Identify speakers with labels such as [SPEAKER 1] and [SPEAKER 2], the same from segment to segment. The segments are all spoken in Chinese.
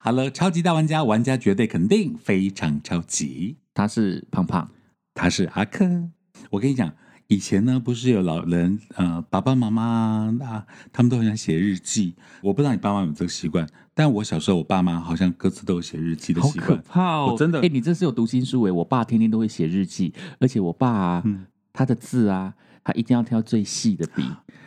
[SPEAKER 1] 好了，超级大玩家，玩家绝对肯定非常超级。
[SPEAKER 2] 他是胖胖，
[SPEAKER 1] 他是阿克。我跟你讲，以前呢，不是有老人呃，爸爸妈妈啊，他们都很想写日记。我不知道你爸妈有没有这个习惯，但我小时候，我爸妈好像各自都有写日记的
[SPEAKER 2] 好
[SPEAKER 1] 习
[SPEAKER 2] 可
[SPEAKER 1] 惯。
[SPEAKER 2] 怕哦！
[SPEAKER 1] 我真的
[SPEAKER 2] 哎、你这是有读心术哎！我爸天天都会写日记，而且我爸、啊
[SPEAKER 1] 嗯啊
[SPEAKER 2] 他的字啊，他一定要挑最细的笔，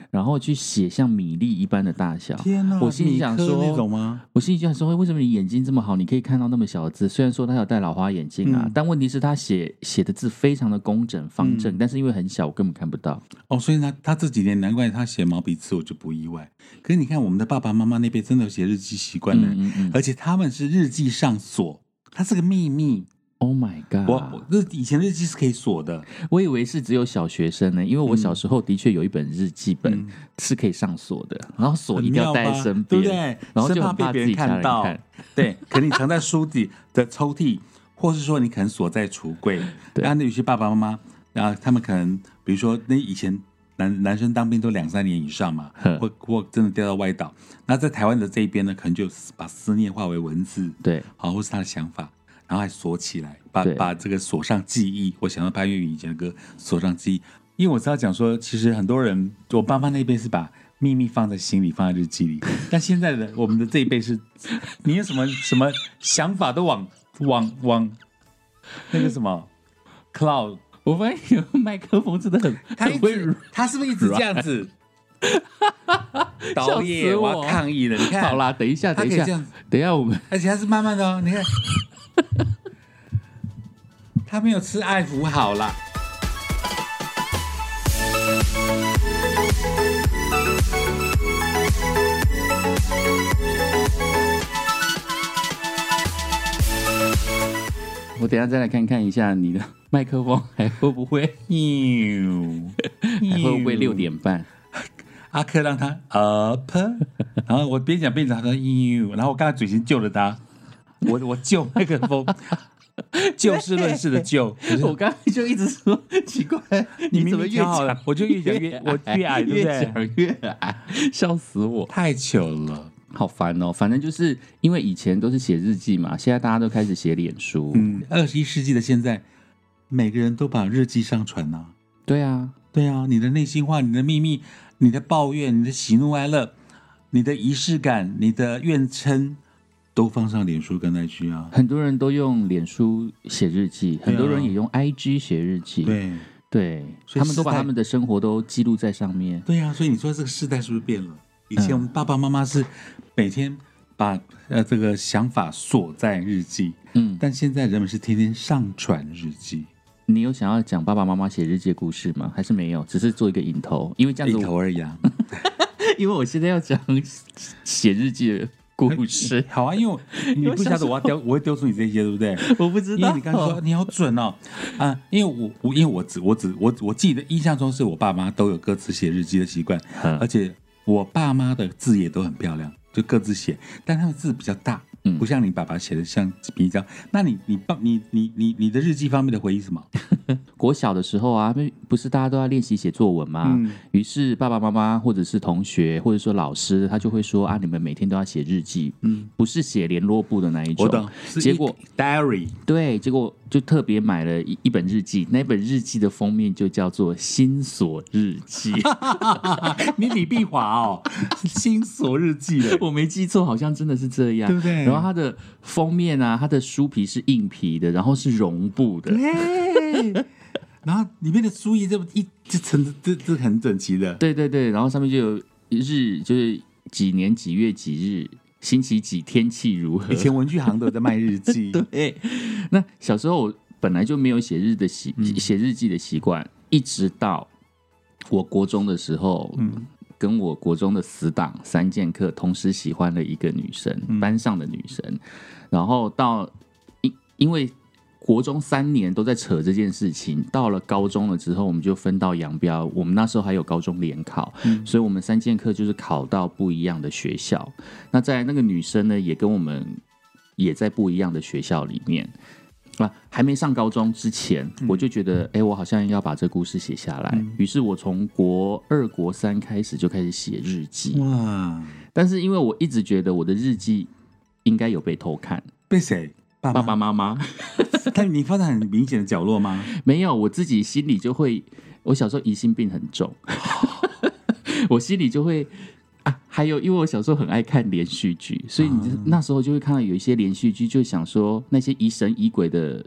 [SPEAKER 2] 然后去写像米粒一般的大小。
[SPEAKER 1] 天哪，
[SPEAKER 2] 我心里想
[SPEAKER 1] 米克
[SPEAKER 2] 说
[SPEAKER 1] 那种吗？
[SPEAKER 2] 我心里就想说，为什么你眼睛这么好，你可以看到那么小的字？虽然说他有戴老花眼镜啊，
[SPEAKER 1] 嗯
[SPEAKER 2] 但问题是他写写的字非常的工整方正，但是因为很小，我根本看不到。
[SPEAKER 1] 哦，所以呢，他这几年难怪他写毛笔字，我就不意外。可是你看，我们的爸爸妈妈那边真的有写日记习惯呢，
[SPEAKER 2] 嗯嗯嗯
[SPEAKER 1] 而且他们是日记上锁，它是个秘密。
[SPEAKER 2] ，Oh my god！
[SPEAKER 1] 我我日以前日记是可以锁的，
[SPEAKER 2] 我以为是只有小学生呢，因为我
[SPEAKER 1] 嗯
[SPEAKER 2] 小时候的确有一本日记本是可以上锁的，然后锁
[SPEAKER 1] 很
[SPEAKER 2] 一定要
[SPEAKER 1] 妙吧
[SPEAKER 2] 带在身
[SPEAKER 1] 对
[SPEAKER 2] 边，
[SPEAKER 1] 不对？
[SPEAKER 2] 然后
[SPEAKER 1] 生
[SPEAKER 2] 就
[SPEAKER 1] 怕
[SPEAKER 2] 很
[SPEAKER 1] 被
[SPEAKER 2] 怕
[SPEAKER 1] 别
[SPEAKER 2] 自己
[SPEAKER 1] 人
[SPEAKER 2] 家人
[SPEAKER 1] 到。
[SPEAKER 2] 看。
[SPEAKER 1] 对，可能你藏在书底的抽屉，或是说你可能锁在橱柜。
[SPEAKER 2] 对
[SPEAKER 1] 然后那有些爸爸妈妈，然后他们可能，比如说那以前男男生当兵都两三年以上嘛
[SPEAKER 2] 哼，
[SPEAKER 1] 或或真的掉到歪倒。那在台湾的这一边呢，可能就把思念化为文字，
[SPEAKER 2] 对，
[SPEAKER 1] 好，或是他的想法，然后还锁起来，把
[SPEAKER 2] 对
[SPEAKER 1] 把这个锁上记忆。我想到潘越云以前的歌《锁上记忆》，因为我知道讲说，其实很多人，我爸妈那辈是把秘密放在心里，放在日记里，但现在的我们的这一辈是，你有什么什么想法都往往往那个什么 cloud，
[SPEAKER 2] 我发现有麦克风真的 很
[SPEAKER 1] 他
[SPEAKER 2] 很
[SPEAKER 1] 一
[SPEAKER 2] 会
[SPEAKER 1] 直他是不是一直这样子？ 导
[SPEAKER 2] 笑
[SPEAKER 1] 演，
[SPEAKER 2] 死我
[SPEAKER 1] 我要抗议了！你看，
[SPEAKER 2] 好，啦，等一下，
[SPEAKER 1] 他
[SPEAKER 2] 等
[SPEAKER 1] 可
[SPEAKER 2] 一
[SPEAKER 1] 以
[SPEAKER 2] 下
[SPEAKER 1] 这，样子。
[SPEAKER 2] 等一下，我们
[SPEAKER 1] 而且它是慢慢的哦，你看，他没有吃爱福好啦。
[SPEAKER 2] 我等一下再来看看一下你的 麦克风还会不 会，还
[SPEAKER 1] 还
[SPEAKER 2] 会不会六？点半？
[SPEAKER 1] 阿克让他 up，然后我边讲边讲，他说 you，然后我刚才嘴型救了他，我我救麦克风，就事论事的救。可是
[SPEAKER 2] 我刚才就一直说奇怪，
[SPEAKER 1] 你
[SPEAKER 2] 怎
[SPEAKER 1] 明
[SPEAKER 2] 么
[SPEAKER 1] 明
[SPEAKER 2] 越
[SPEAKER 1] 调好
[SPEAKER 2] 讲
[SPEAKER 1] 了，我就越 讲越我越矮，对不
[SPEAKER 2] 越
[SPEAKER 1] 对？
[SPEAKER 2] 讲越矮，笑死我。
[SPEAKER 1] 太糗了，
[SPEAKER 2] 好烦哦，反正就是因为以前都是写日记嘛，现在大家都开始写脸书。
[SPEAKER 1] 嗯，二十一世纪的现在，每个人都把日记上传呐、
[SPEAKER 2] 对啊，
[SPEAKER 1] 对啊，你的内心话、你的秘密、你的抱怨、你的喜怒哀乐、你的仪式感、你的怨嗔，都放上脸书跟 IG 啊。
[SPEAKER 2] 很多人都用脸书写日记，很多人也用 IG 写日记。
[SPEAKER 1] 对
[SPEAKER 2] 对，
[SPEAKER 1] 所以
[SPEAKER 2] 他们
[SPEAKER 1] 时代
[SPEAKER 2] 都把他们的生活都记录在上面。
[SPEAKER 1] 对啊，所以你说这个世代是不是变了？以前我们爸爸妈妈是每天把呃这个想法锁在日记，
[SPEAKER 2] 嗯，
[SPEAKER 1] 但现在人们是天天上传日记，
[SPEAKER 2] 你有想要讲爸爸妈妈写日记的故事吗？还是没有？只是做一个引头，因为这样
[SPEAKER 1] 一
[SPEAKER 2] 子我，
[SPEAKER 1] 头而已啊。
[SPEAKER 2] 因为我现在要讲 写日记的 故事，
[SPEAKER 1] 好啊，因为我你不晓得我要丢，我会丢出你这些，对不对？
[SPEAKER 2] 我不知
[SPEAKER 1] 因为
[SPEAKER 2] 道。
[SPEAKER 1] 你刚才说你好准哦，啊，因为我我因为我只我只我我记得印象中是我爸妈都有各自写日记的习惯，
[SPEAKER 2] 嗯
[SPEAKER 1] 而且我爸妈的字也都很漂亮，就各自写，但他们字比较大，
[SPEAKER 2] 嗯
[SPEAKER 1] 不像你爸爸写的像比较。那你你爸你你你你的日记方面的回忆是什么？
[SPEAKER 2] 国小的时候啊，不不是大家都要练习写作文嘛？
[SPEAKER 1] 嗯
[SPEAKER 2] 于是爸爸妈妈或者是同学或者说老师，他就会说啊，你们每天都要写日记，
[SPEAKER 1] 嗯，
[SPEAKER 2] 不是写联络簿的那一种。
[SPEAKER 1] 我懂。
[SPEAKER 2] 结果
[SPEAKER 1] diary
[SPEAKER 2] 对，结果就特别买了一一本日记，那本日记的封面就叫做《心锁日记》。
[SPEAKER 1] 你李碧华 哦，心锁日记了，
[SPEAKER 2] 我没记错，好像真的是这样，
[SPEAKER 1] 对不对
[SPEAKER 2] 然后它的封面啊，它的书皮是硬皮的，然后是绒布的。
[SPEAKER 1] 对。然后里面的书页这么一这层这这很整齐的，
[SPEAKER 2] 对对对，然后上面就有日，就是几年几月几日，星期几，天气如 何
[SPEAKER 1] 以。前文具行都有在卖日 记，
[SPEAKER 2] 对，那小时候我本来就没有写日的习写日记的习惯，一直到我国中的时候，
[SPEAKER 1] 嗯
[SPEAKER 2] 跟我国中的死党三剑客同时喜欢了一个女生，班上的女生，然后到因因为。国中三年都在扯这件事情，到了高中了之后，我们就分道扬镳。我们那时候还有高中联考，所以我们三剑客就是考到不一样的学校。那在那个女生呢，也跟我们也在不一样的学校里面。啊，还没上高中之前，我就觉得，哎、我好像要把这故事写下来。于、是我从国二、国
[SPEAKER 1] 嗯
[SPEAKER 2] 三开始就开始写日记，
[SPEAKER 1] 哇，
[SPEAKER 2] 但是因为我一直觉得我的日记应该有被偷看，
[SPEAKER 1] 被谁？爸
[SPEAKER 2] 爸
[SPEAKER 1] 爸
[SPEAKER 2] 爸
[SPEAKER 1] 妈
[SPEAKER 2] 妈妈
[SPEAKER 1] 嗯妈？但你放在很明显的角落吗？
[SPEAKER 2] 没有，我自己心里就会，我小时候疑心病很重， 我心里就会。啊，还有，因为我小时候很爱看连续剧，所以你
[SPEAKER 1] 啊
[SPEAKER 2] 就那时候就会看到有一些连续剧，就想说那些疑神疑鬼的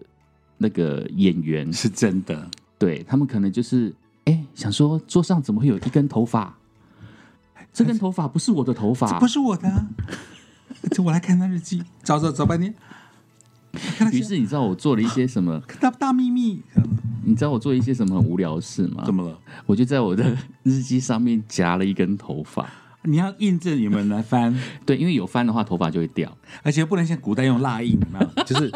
[SPEAKER 2] 那个演员，
[SPEAKER 1] 是真的，
[SPEAKER 2] 对他们可能就是哎、想说桌上怎么会有一根头发？这根头发不是我的头
[SPEAKER 1] 这
[SPEAKER 2] 发
[SPEAKER 1] 不，是我的啊、这我来看他日记，找找找半天，看他
[SPEAKER 2] 于
[SPEAKER 1] 现在
[SPEAKER 2] 是你知道我做了一些什么？
[SPEAKER 1] 看他大秘密，
[SPEAKER 2] 你知道我做了一些什么很无聊的事吗
[SPEAKER 1] 怎？么了？
[SPEAKER 2] 我就在我的日记上面夹了一根头发，
[SPEAKER 1] 你要印证有没有人来翻，
[SPEAKER 2] 对，因为有翻的话头发就会掉。
[SPEAKER 1] 而且不能像古代用蜡印，有没 有？就是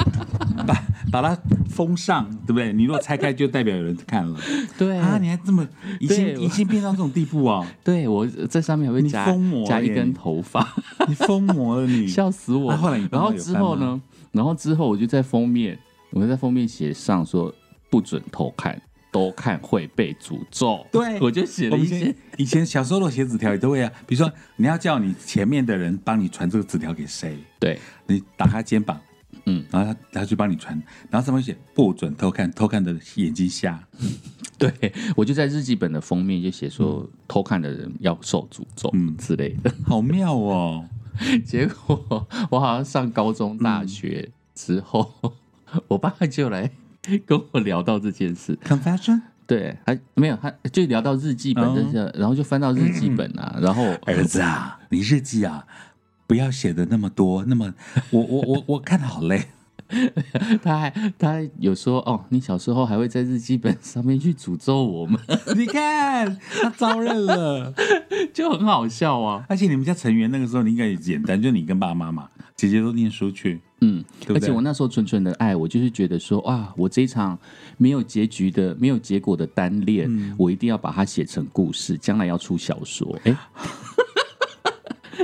[SPEAKER 1] 把把它封上，对不对？你如果拆开，就代表有人看了
[SPEAKER 2] 对
[SPEAKER 1] 啊！你还这么疑
[SPEAKER 2] 对
[SPEAKER 1] 心
[SPEAKER 2] 我
[SPEAKER 1] 疑心变到这种地步哦，
[SPEAKER 2] 对我这上面还会
[SPEAKER 1] 你
[SPEAKER 2] 夹
[SPEAKER 1] 疯魔
[SPEAKER 2] 夹一
[SPEAKER 1] 耶
[SPEAKER 2] 根 头发，
[SPEAKER 1] 你疯魔了你！
[SPEAKER 2] 笑死我。
[SPEAKER 1] 啊后来你
[SPEAKER 2] 然
[SPEAKER 1] 帮
[SPEAKER 2] 后
[SPEAKER 1] 他有
[SPEAKER 2] 之
[SPEAKER 1] 翻
[SPEAKER 2] 后
[SPEAKER 1] 吗
[SPEAKER 2] 呢？然后之后我就在封面，我就在封面写上说不准偷看，偷看会被诅咒。
[SPEAKER 1] 对
[SPEAKER 2] 我就写
[SPEAKER 1] 我
[SPEAKER 2] 了
[SPEAKER 1] 们
[SPEAKER 2] 一
[SPEAKER 1] 以前
[SPEAKER 2] 些。
[SPEAKER 1] 以前小时候的写纸条也都会啊，比如说你要叫你前面的人帮你传这个纸条给谁，
[SPEAKER 2] 对，
[SPEAKER 1] 你打他肩膀，
[SPEAKER 2] 嗯，
[SPEAKER 1] 然后他他去帮你传，然后上面写不准偷看，偷看的眼睛瞎，
[SPEAKER 2] 对我就在日记本的封面就写说、偷看的人要受诅咒，
[SPEAKER 1] 嗯
[SPEAKER 2] 之类的。
[SPEAKER 1] 好妙哦！
[SPEAKER 2] 结果我好像上高中、大
[SPEAKER 1] 嗯
[SPEAKER 2] 学之后， 我爸就来跟我聊到这件事。
[SPEAKER 1] Confession，
[SPEAKER 2] 对，还没有，他就聊到日记本
[SPEAKER 1] 哦嗯
[SPEAKER 2] 这些，然后就翻到日记本啊，然后
[SPEAKER 1] 儿子啊，你日记啊，不要写的那么多，那么我我我我看得好累。
[SPEAKER 2] 他还他还有说哦，你小时候还会在日记本上面去诅咒我们，
[SPEAKER 1] 你看他招认了，
[SPEAKER 2] 就很好笑啊。
[SPEAKER 1] 而且你们家成员那个时候你应该也简单，就你跟爸妈嘛，姐姐都念书去，
[SPEAKER 2] 嗯，
[SPEAKER 1] 对不
[SPEAKER 2] 而
[SPEAKER 1] 对
[SPEAKER 2] 且我那时候纯纯的爱，我就是觉得说，哇，我这一场没有结局的、没有结果的单恋，
[SPEAKER 1] 嗯
[SPEAKER 2] 我一定要把它写成故事，将来要出小说。 哎、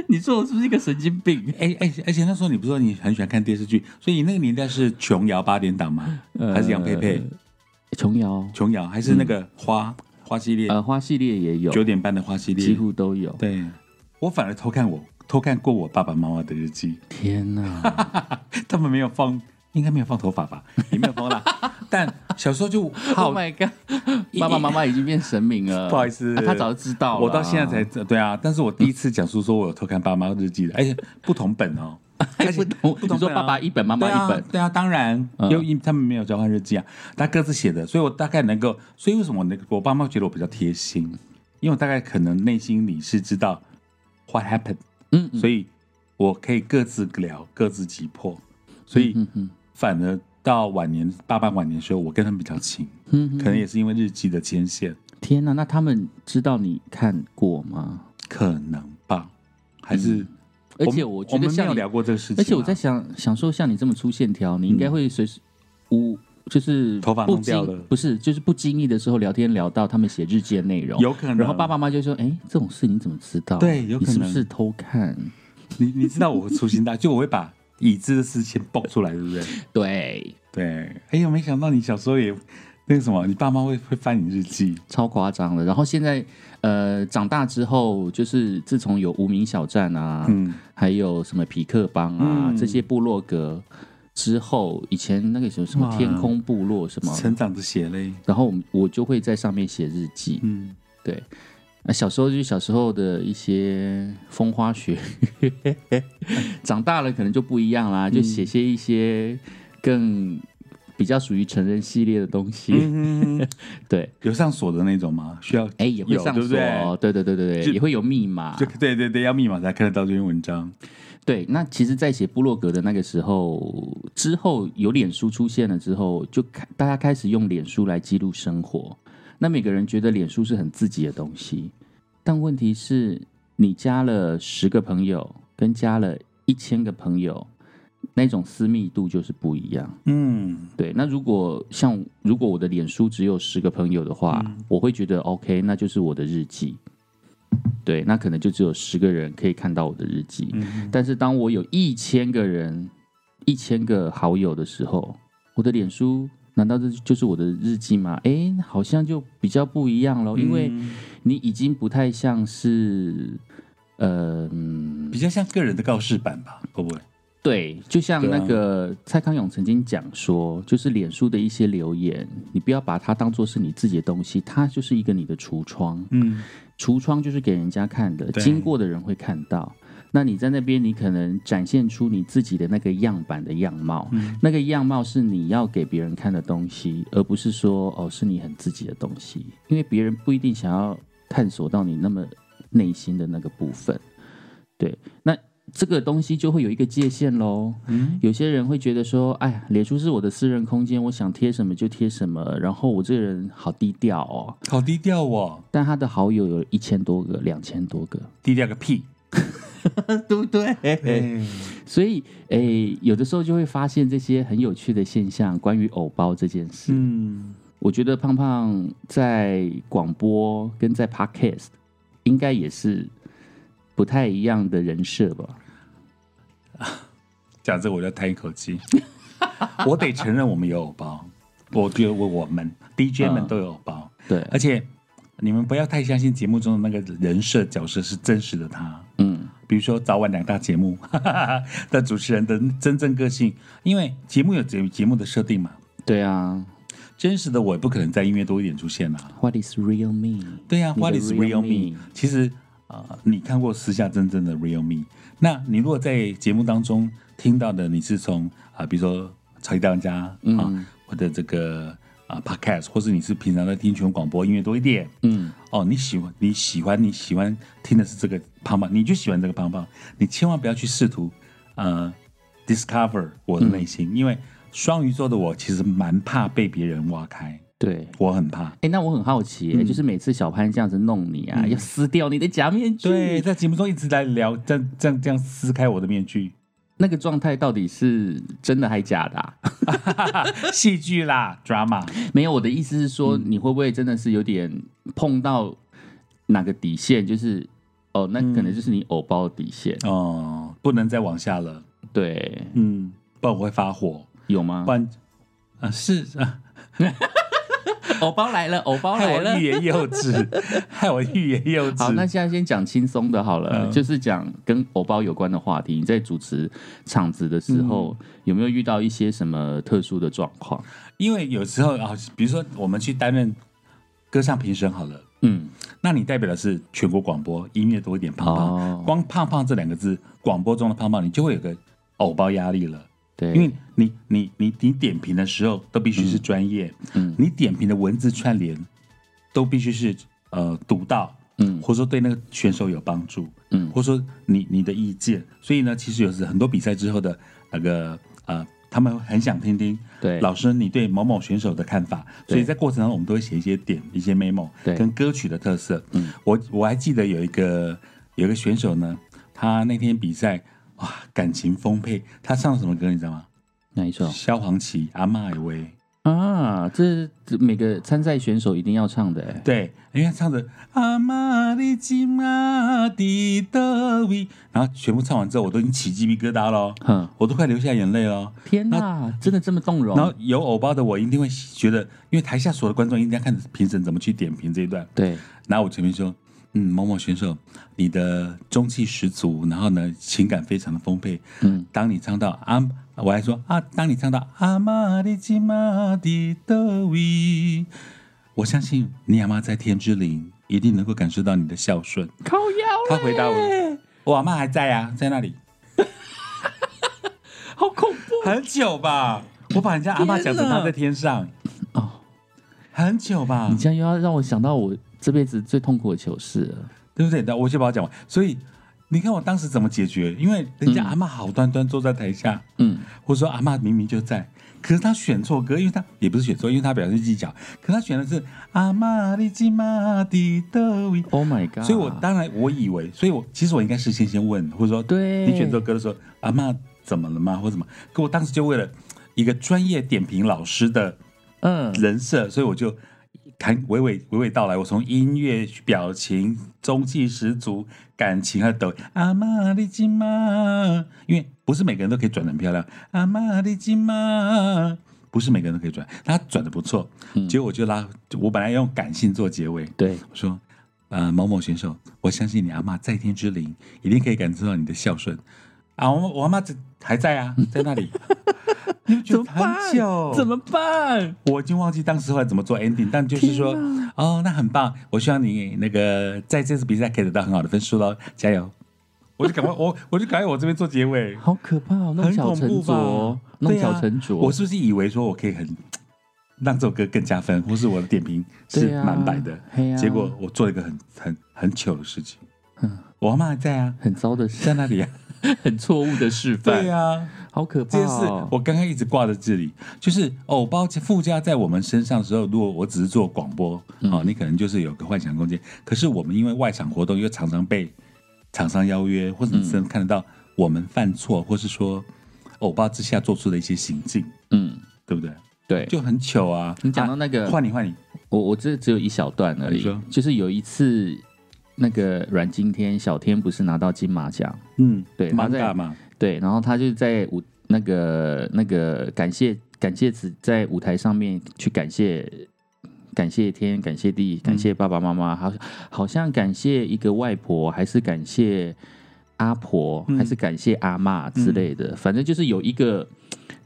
[SPEAKER 2] 你说我是不是一个神经病？
[SPEAKER 1] 哎哎，而且那时候你不是说你很喜欢看电视剧，所以你那个年代是琼瑶八点档吗？
[SPEAKER 2] 呃
[SPEAKER 1] 还是杨佩佩、
[SPEAKER 2] 琼瑶，
[SPEAKER 1] 琼瑶，还是那个花、花系列
[SPEAKER 2] 呃，花系列也有，
[SPEAKER 1] 九点半的花系列？
[SPEAKER 2] 几乎都有。
[SPEAKER 1] 对，我反而偷看我偷看过我爸爸妈妈的日记，
[SPEAKER 2] 天哪，
[SPEAKER 1] 他们没有放，应该没有放头发吧，也没有放啦。但小时候就好
[SPEAKER 2] ！Oh my god！爸爸妈妈已经变神明 了，
[SPEAKER 1] 不好意思
[SPEAKER 2] 啊他早就知道了啊，
[SPEAKER 1] 我到现在才知对啊，但是我第一次讲述说我有偷看爸妈日记的，而且不同本 哦，而且
[SPEAKER 2] 不同
[SPEAKER 1] 不同
[SPEAKER 2] 你说
[SPEAKER 1] 本啊
[SPEAKER 2] 爸爸一本妈妈
[SPEAKER 1] 对啊
[SPEAKER 2] 一本
[SPEAKER 1] 对啊，当然，
[SPEAKER 2] 嗯
[SPEAKER 1] 因为他们没有交换日记啊，他各自写的，所以我大概能够，所以为什么我那个我爸妈觉得我比较贴心，因为我大概可能内心里是知道 what happened，
[SPEAKER 2] 嗯，嗯
[SPEAKER 1] 所以我可以各自聊，各自击破，所以
[SPEAKER 2] 嗯嗯
[SPEAKER 1] 反而到晚年爸爸晚年的时候，我跟他们比较亲，
[SPEAKER 2] 嗯嗯
[SPEAKER 1] 可能也是因为日记的牵线，
[SPEAKER 2] 天呐，那他们知道你看过吗？
[SPEAKER 1] 可能吧，还是
[SPEAKER 2] 嗯而
[SPEAKER 1] 我们。
[SPEAKER 2] 且我觉
[SPEAKER 1] 我
[SPEAKER 2] 得
[SPEAKER 1] 们没
[SPEAKER 2] 像
[SPEAKER 1] 有
[SPEAKER 2] 你，
[SPEAKER 1] 聊过这个事情啊，
[SPEAKER 2] 而且我在想想说，像你这么粗线条，你应该会随时无就是
[SPEAKER 1] 头发
[SPEAKER 2] 不
[SPEAKER 1] 弄掉
[SPEAKER 2] 经
[SPEAKER 1] 了
[SPEAKER 2] 不是就是不经意的时候聊天聊到他们写日记的内容，
[SPEAKER 1] 有可能。
[SPEAKER 2] 然后爸爸妈妈就说：“哎，这种事你怎么知道？
[SPEAKER 1] 对有可能
[SPEAKER 2] 你是不是偷看？
[SPEAKER 1] 你你知道我粗心大，就我会把已知的事先爆出来，对不对？
[SPEAKER 2] 对，
[SPEAKER 1] 对。哎呦，没想到你小时候也那个什么，你爸妈会会翻你日记，
[SPEAKER 2] 超夸张的。然后现在呃，长大之后，就是自从有无名小站啊，
[SPEAKER 1] 嗯，
[SPEAKER 2] 还有什么匹克帮啊、
[SPEAKER 1] 嗯
[SPEAKER 2] 这些部落格之后，以前那个什么什么
[SPEAKER 1] 哇
[SPEAKER 2] 天空部落什么，
[SPEAKER 1] 成长的血泪，
[SPEAKER 2] 然后我们我就会在上面写日记。
[SPEAKER 1] 嗯，
[SPEAKER 2] 对，那小时候就是小时候的一些风花雪月， 长大了可能就不一样
[SPEAKER 1] 嗯
[SPEAKER 2] 啦，就写些一些更比较属于成人系列的东西。
[SPEAKER 1] 嗯
[SPEAKER 2] 对，
[SPEAKER 1] 有上锁的那种吗？需要？
[SPEAKER 2] 哎，也会
[SPEAKER 1] 有
[SPEAKER 2] 上
[SPEAKER 1] 对
[SPEAKER 2] 锁
[SPEAKER 1] 不对
[SPEAKER 2] 哦，对对对对
[SPEAKER 1] 就
[SPEAKER 2] 对，也会有密 码
[SPEAKER 1] 就。对对对，要密码才看得到这篇文章。
[SPEAKER 2] 对，那其实，在写部落格的那个时候，之后有脸书出现了之后，就开大家开始用脸书来记录生活。那每个人觉得脸书是很自己的东西，但问题是，你加了十个朋友，跟加了一千个朋友，那种私密度就是不一样。
[SPEAKER 1] 嗯，
[SPEAKER 2] 对，那如果像如果我的脸书只有十个朋友的话，我会觉得 OK，那就是我的日记。对，那可能就只有十个人可以看到我的日记。
[SPEAKER 1] 嗯
[SPEAKER 2] 但是当我有一千个人、一千个好友的时候，我的脸书难道这就是我的日记吗？诶，好像就比较不一样
[SPEAKER 1] 嗯
[SPEAKER 2] 咯，因为你已经不太像是，呃，嗯嗯
[SPEAKER 1] 比较像个人的告示板吧，会不会？
[SPEAKER 2] 对，就像
[SPEAKER 1] 对啊
[SPEAKER 2] 那个蔡康永曾经讲说，就是脸书的一些留言，你不要把它当做是你自己的东西，它就是一个你的橱窗，
[SPEAKER 1] 嗯，
[SPEAKER 2] 橱窗就是给人家看的，
[SPEAKER 1] 对
[SPEAKER 2] 经过的人会看到。那你在那边，你可能展现出你自己的那个样板的样貌，那个样貌是你要给别人看的东西，而不是说哦是你很自己的东西，因为别人不一定想要探索到你那么内心的那个部分。对，那这个东西就会有一个界限喽。有些人会觉得说，哎呀，脸书是我的私人空间，我想贴什么就贴什么，然后我这个人好低调哦。
[SPEAKER 1] 好低调哦，
[SPEAKER 2] 但他的好友有一千多个、两千多个，
[SPEAKER 1] 低调个 屁！哎
[SPEAKER 2] 对不对？
[SPEAKER 1] 嗯
[SPEAKER 2] 所以，诶，有的时候就会发现这些很有趣的现象，关于偶包这件事。
[SPEAKER 1] 嗯，
[SPEAKER 2] 我觉得胖胖在广播跟在 podcast 应该也是不太一样的人设吧？
[SPEAKER 1] 讲这个我就要叹一口气， 我得承认我们有偶包，我觉得我我们 DJ 们都有偶包，
[SPEAKER 2] 对，
[SPEAKER 1] 而且你们不要太相信节目中的那个人设角色是真实的他。
[SPEAKER 2] 嗯，
[SPEAKER 1] 比如说早晚两大节目 的主持人的真正个性，因为节目有节节目的设定嘛，
[SPEAKER 2] 对啊。
[SPEAKER 1] 真实的我也不可能在音乐多一点出现啊。
[SPEAKER 2] What is real me？
[SPEAKER 1] 对呀、
[SPEAKER 2] 你
[SPEAKER 1] w h
[SPEAKER 2] 的
[SPEAKER 1] a t is
[SPEAKER 2] real
[SPEAKER 1] real
[SPEAKER 2] me
[SPEAKER 1] me？其实呃，你看过私下真正的 real me，那你如果在节目当中听到的，你是从啊、比如说超级大玩家啊、
[SPEAKER 2] 嗯
[SPEAKER 1] 或者这个啊、podcast，或是你是平常在听全国广播音乐多一点，
[SPEAKER 2] 嗯，
[SPEAKER 1] 哦，你喜欢你喜欢你喜欢听的是这个胖胖，你就喜欢这个胖胖，你千万不要去试图呃 discover 我的内
[SPEAKER 2] 嗯
[SPEAKER 1] 心，因为双鱼座的我其实蛮怕被别人挖开，
[SPEAKER 2] 对。
[SPEAKER 1] 我很怕。
[SPEAKER 2] 哎、那我很好奇、
[SPEAKER 1] 嗯
[SPEAKER 2] 就是每次小潘这样子弄你啊，要撕掉你的假面具，
[SPEAKER 1] 对，在节目中一直在聊，这样这样这样撕开我的面具，
[SPEAKER 2] 那个状态到底是真的还假的、啊？
[SPEAKER 1] 戏剧啦，drama，
[SPEAKER 2] 没有，我的意思是说，
[SPEAKER 1] 嗯
[SPEAKER 2] 你会不会真的是有点碰到哪个底线？就是哦，那可能
[SPEAKER 1] 嗯
[SPEAKER 2] 就是你偶包的底线，
[SPEAKER 1] 哦，不能再往下了，
[SPEAKER 2] 对，
[SPEAKER 1] 嗯，不然我会发火，
[SPEAKER 2] 有吗
[SPEAKER 1] 不？然，啊、是啊，
[SPEAKER 2] 偶包 来了，偶包
[SPEAKER 1] 害
[SPEAKER 2] 来
[SPEAKER 1] 我
[SPEAKER 2] 了
[SPEAKER 1] 欲。言又止，害我欲言又止。
[SPEAKER 2] 好，那现在先讲轻松的好了，
[SPEAKER 1] 嗯
[SPEAKER 2] 就是讲跟偶包有关的话题。你在主持场子的时候，
[SPEAKER 1] 嗯
[SPEAKER 2] 有没有遇到一些什么特殊的状况？
[SPEAKER 1] 因为有时候啊，比如说我们去担任歌唱评审好了，
[SPEAKER 2] 嗯，
[SPEAKER 1] 那你代表的是全国广播音乐多一点胖胖，
[SPEAKER 2] 哦
[SPEAKER 1] 光胖胖这两个字，广播中的胖胖，你就会有个偶包压力了。
[SPEAKER 2] 对，
[SPEAKER 1] 因为你你你你点评的时候都必须是专业，
[SPEAKER 2] 嗯
[SPEAKER 1] 你点评的文字串联都必须是呃独到，
[SPEAKER 2] 嗯
[SPEAKER 1] 或者说对那个选手有帮助，
[SPEAKER 2] 嗯
[SPEAKER 1] 或者说你你的意见，所以呢，其实有时很多比赛之后的那个呃，他们很想听听
[SPEAKER 2] 对
[SPEAKER 1] 老师你对某某选手的看法，
[SPEAKER 2] 对
[SPEAKER 1] 所以在过程中我们都会写一些点一些 memo，
[SPEAKER 2] 对
[SPEAKER 1] 跟歌曲的特色。嗯，我我还记得有一个有一个选手呢，他那天比赛哇感情丰沛，他唱什么歌你知道吗？
[SPEAKER 2] 哪一首
[SPEAKER 1] 萧煌奇《阿妈也喂》。
[SPEAKER 2] 啊？这这每个参赛选手一定要唱的、欸，
[SPEAKER 1] 对，因为他哎唱着阿妈的吉玛的德维，然后全部唱完之后，我都已经起鸡皮疙瘩了，哦
[SPEAKER 2] 哼，
[SPEAKER 1] 我都快流下眼泪了。哦
[SPEAKER 2] 天哪，真的这么动容？
[SPEAKER 1] 然后有偶包的我一定会觉得，因为台下所有的观众一定要看评审怎么去点评这一段。
[SPEAKER 2] 对，
[SPEAKER 1] 然后我前面说，嗯，某某选手，你的中气十足，然后呢，情感非常的丰沛。
[SPEAKER 2] 嗯，
[SPEAKER 1] 当你唱到阿、我还说啊，当你唱到阿妈的吉玛的德维，我相信你阿妈在天之灵一定能够感受到你的孝顺。
[SPEAKER 2] 靠腰
[SPEAKER 1] 他回答我，我阿妈还在啊，在那里
[SPEAKER 2] 好恐怖
[SPEAKER 1] 很久吧。我把人家阿妈讲成她在天上，
[SPEAKER 2] 哦！
[SPEAKER 1] 很久吧
[SPEAKER 2] 你，这样又要让我想到我这辈子最痛苦的糗事了。
[SPEAKER 1] 对不对？那我先把它讲完。所以你看我当时怎么解决？因为人家
[SPEAKER 2] 嗯
[SPEAKER 1] 阿妈好端端坐在台下。
[SPEAKER 2] 嗯，
[SPEAKER 1] 或者说阿嬷明明就在，可是她选错歌，因为她也不是选错，因为她表现技巧，可她选的是阿嬷的吉玛的德维，
[SPEAKER 2] Oh my god！
[SPEAKER 1] 所以我当然我以为，所以我其实我应该事先先问，或者说
[SPEAKER 2] 对
[SPEAKER 1] 你选错歌的时候，阿嬷怎么了吗，或者什么？可我当时就为了一个专业点评老师的
[SPEAKER 2] 嗯
[SPEAKER 1] 人设，所以我就。谈娓娓娓娓道来，我从音乐、表情、中气十足、感情和抖阿玛的金玛，因为不是每个人都可以转的很漂亮。阿玛的金玛，不是每个人都可以转，他转的不错。
[SPEAKER 2] 嗯
[SPEAKER 1] 结果我就拉，我本来用感性做结尾，
[SPEAKER 2] 对，
[SPEAKER 1] 我说，呃，某某选手，我相信你阿嬷在天之灵一定可以感受到你的孝顺。啊，我我阿妈在还在啊，在那 里。你们觉
[SPEAKER 2] 怎
[SPEAKER 1] 得
[SPEAKER 2] 么办？
[SPEAKER 1] 很久？
[SPEAKER 2] 怎么办？
[SPEAKER 1] 我已经忘记当时会怎么做 ending，但就是说，哦，那很棒，我希望你那个在这次比赛可以得到很好的分数喽，加油！我就赶快，我我就赶快我这边做结尾，
[SPEAKER 2] 好可怕哦，弄
[SPEAKER 1] 很
[SPEAKER 2] 巧
[SPEAKER 1] 恐
[SPEAKER 2] 成
[SPEAKER 1] 怖
[SPEAKER 2] 拙
[SPEAKER 1] 吧，？
[SPEAKER 2] 弄
[SPEAKER 1] 对啊
[SPEAKER 2] 巧成拙。
[SPEAKER 1] 我是不是以为说我可以很让这首歌更加分，或是我的点评是
[SPEAKER 2] 对啊
[SPEAKER 1] 满百的？
[SPEAKER 2] 嘿啊
[SPEAKER 1] 结果我做了一个很很很糗的事情，
[SPEAKER 2] 嗯
[SPEAKER 1] 我阿妈还在啊，
[SPEAKER 2] 很糟的事，
[SPEAKER 1] 在那里啊，
[SPEAKER 2] 很错误的示范，
[SPEAKER 1] 对啊。
[SPEAKER 2] 好可怕
[SPEAKER 1] 这件事
[SPEAKER 2] 哦！
[SPEAKER 1] 我刚刚一直挂在这里，就是偶包附加在我们身上的时候，如果我只是做广播，
[SPEAKER 2] 嗯
[SPEAKER 1] 哦，你可能就是有个幻想空间。可是我们因为外场活动，又常常被厂商邀约，或者你甚至看得到我们犯错，或是说哦偶包之下做出的一些行径，
[SPEAKER 2] 嗯，
[SPEAKER 1] 对不对？
[SPEAKER 2] 对，
[SPEAKER 1] 就很糗啊！
[SPEAKER 2] 你讲到那个
[SPEAKER 1] 啊换你换你，
[SPEAKER 2] 我我这只有一小段而
[SPEAKER 1] 你
[SPEAKER 2] 已
[SPEAKER 1] 说，
[SPEAKER 2] 就是有一次那个阮经天小天不是拿到金马奖，
[SPEAKER 1] 嗯，
[SPEAKER 2] 对他
[SPEAKER 1] 蛮
[SPEAKER 2] 在
[SPEAKER 1] 大嘛，
[SPEAKER 2] 对，然后他就在舞那个那个感谢感谢子在舞台上面去感谢感谢天感谢地感谢爸爸妈妈，好像好像感谢一个外婆还是感谢阿婆、还是感谢阿嬷之类的，反正就是有一个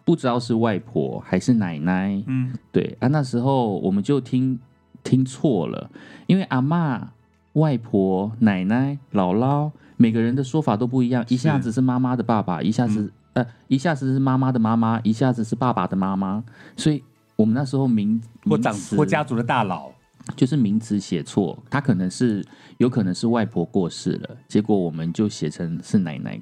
[SPEAKER 2] 不知道是外婆还是奶奶，
[SPEAKER 1] 嗯，
[SPEAKER 2] 对啊，那时候我们就听听错了，因为阿嬷、外婆、奶奶、姥姥，每个人的说法都不一样，一下子是妈妈的爸爸，一下子、
[SPEAKER 1] 嗯
[SPEAKER 2] 呃，一下子是妈妈的妈妈，一下子是爸爸的妈妈，所以我们那时候名
[SPEAKER 1] 或
[SPEAKER 2] 名
[SPEAKER 1] 长
[SPEAKER 2] 词
[SPEAKER 1] 或家族的大佬，
[SPEAKER 2] 就是名词写错，他可能是有可能是外婆过世了，结果我们就写成是奶奶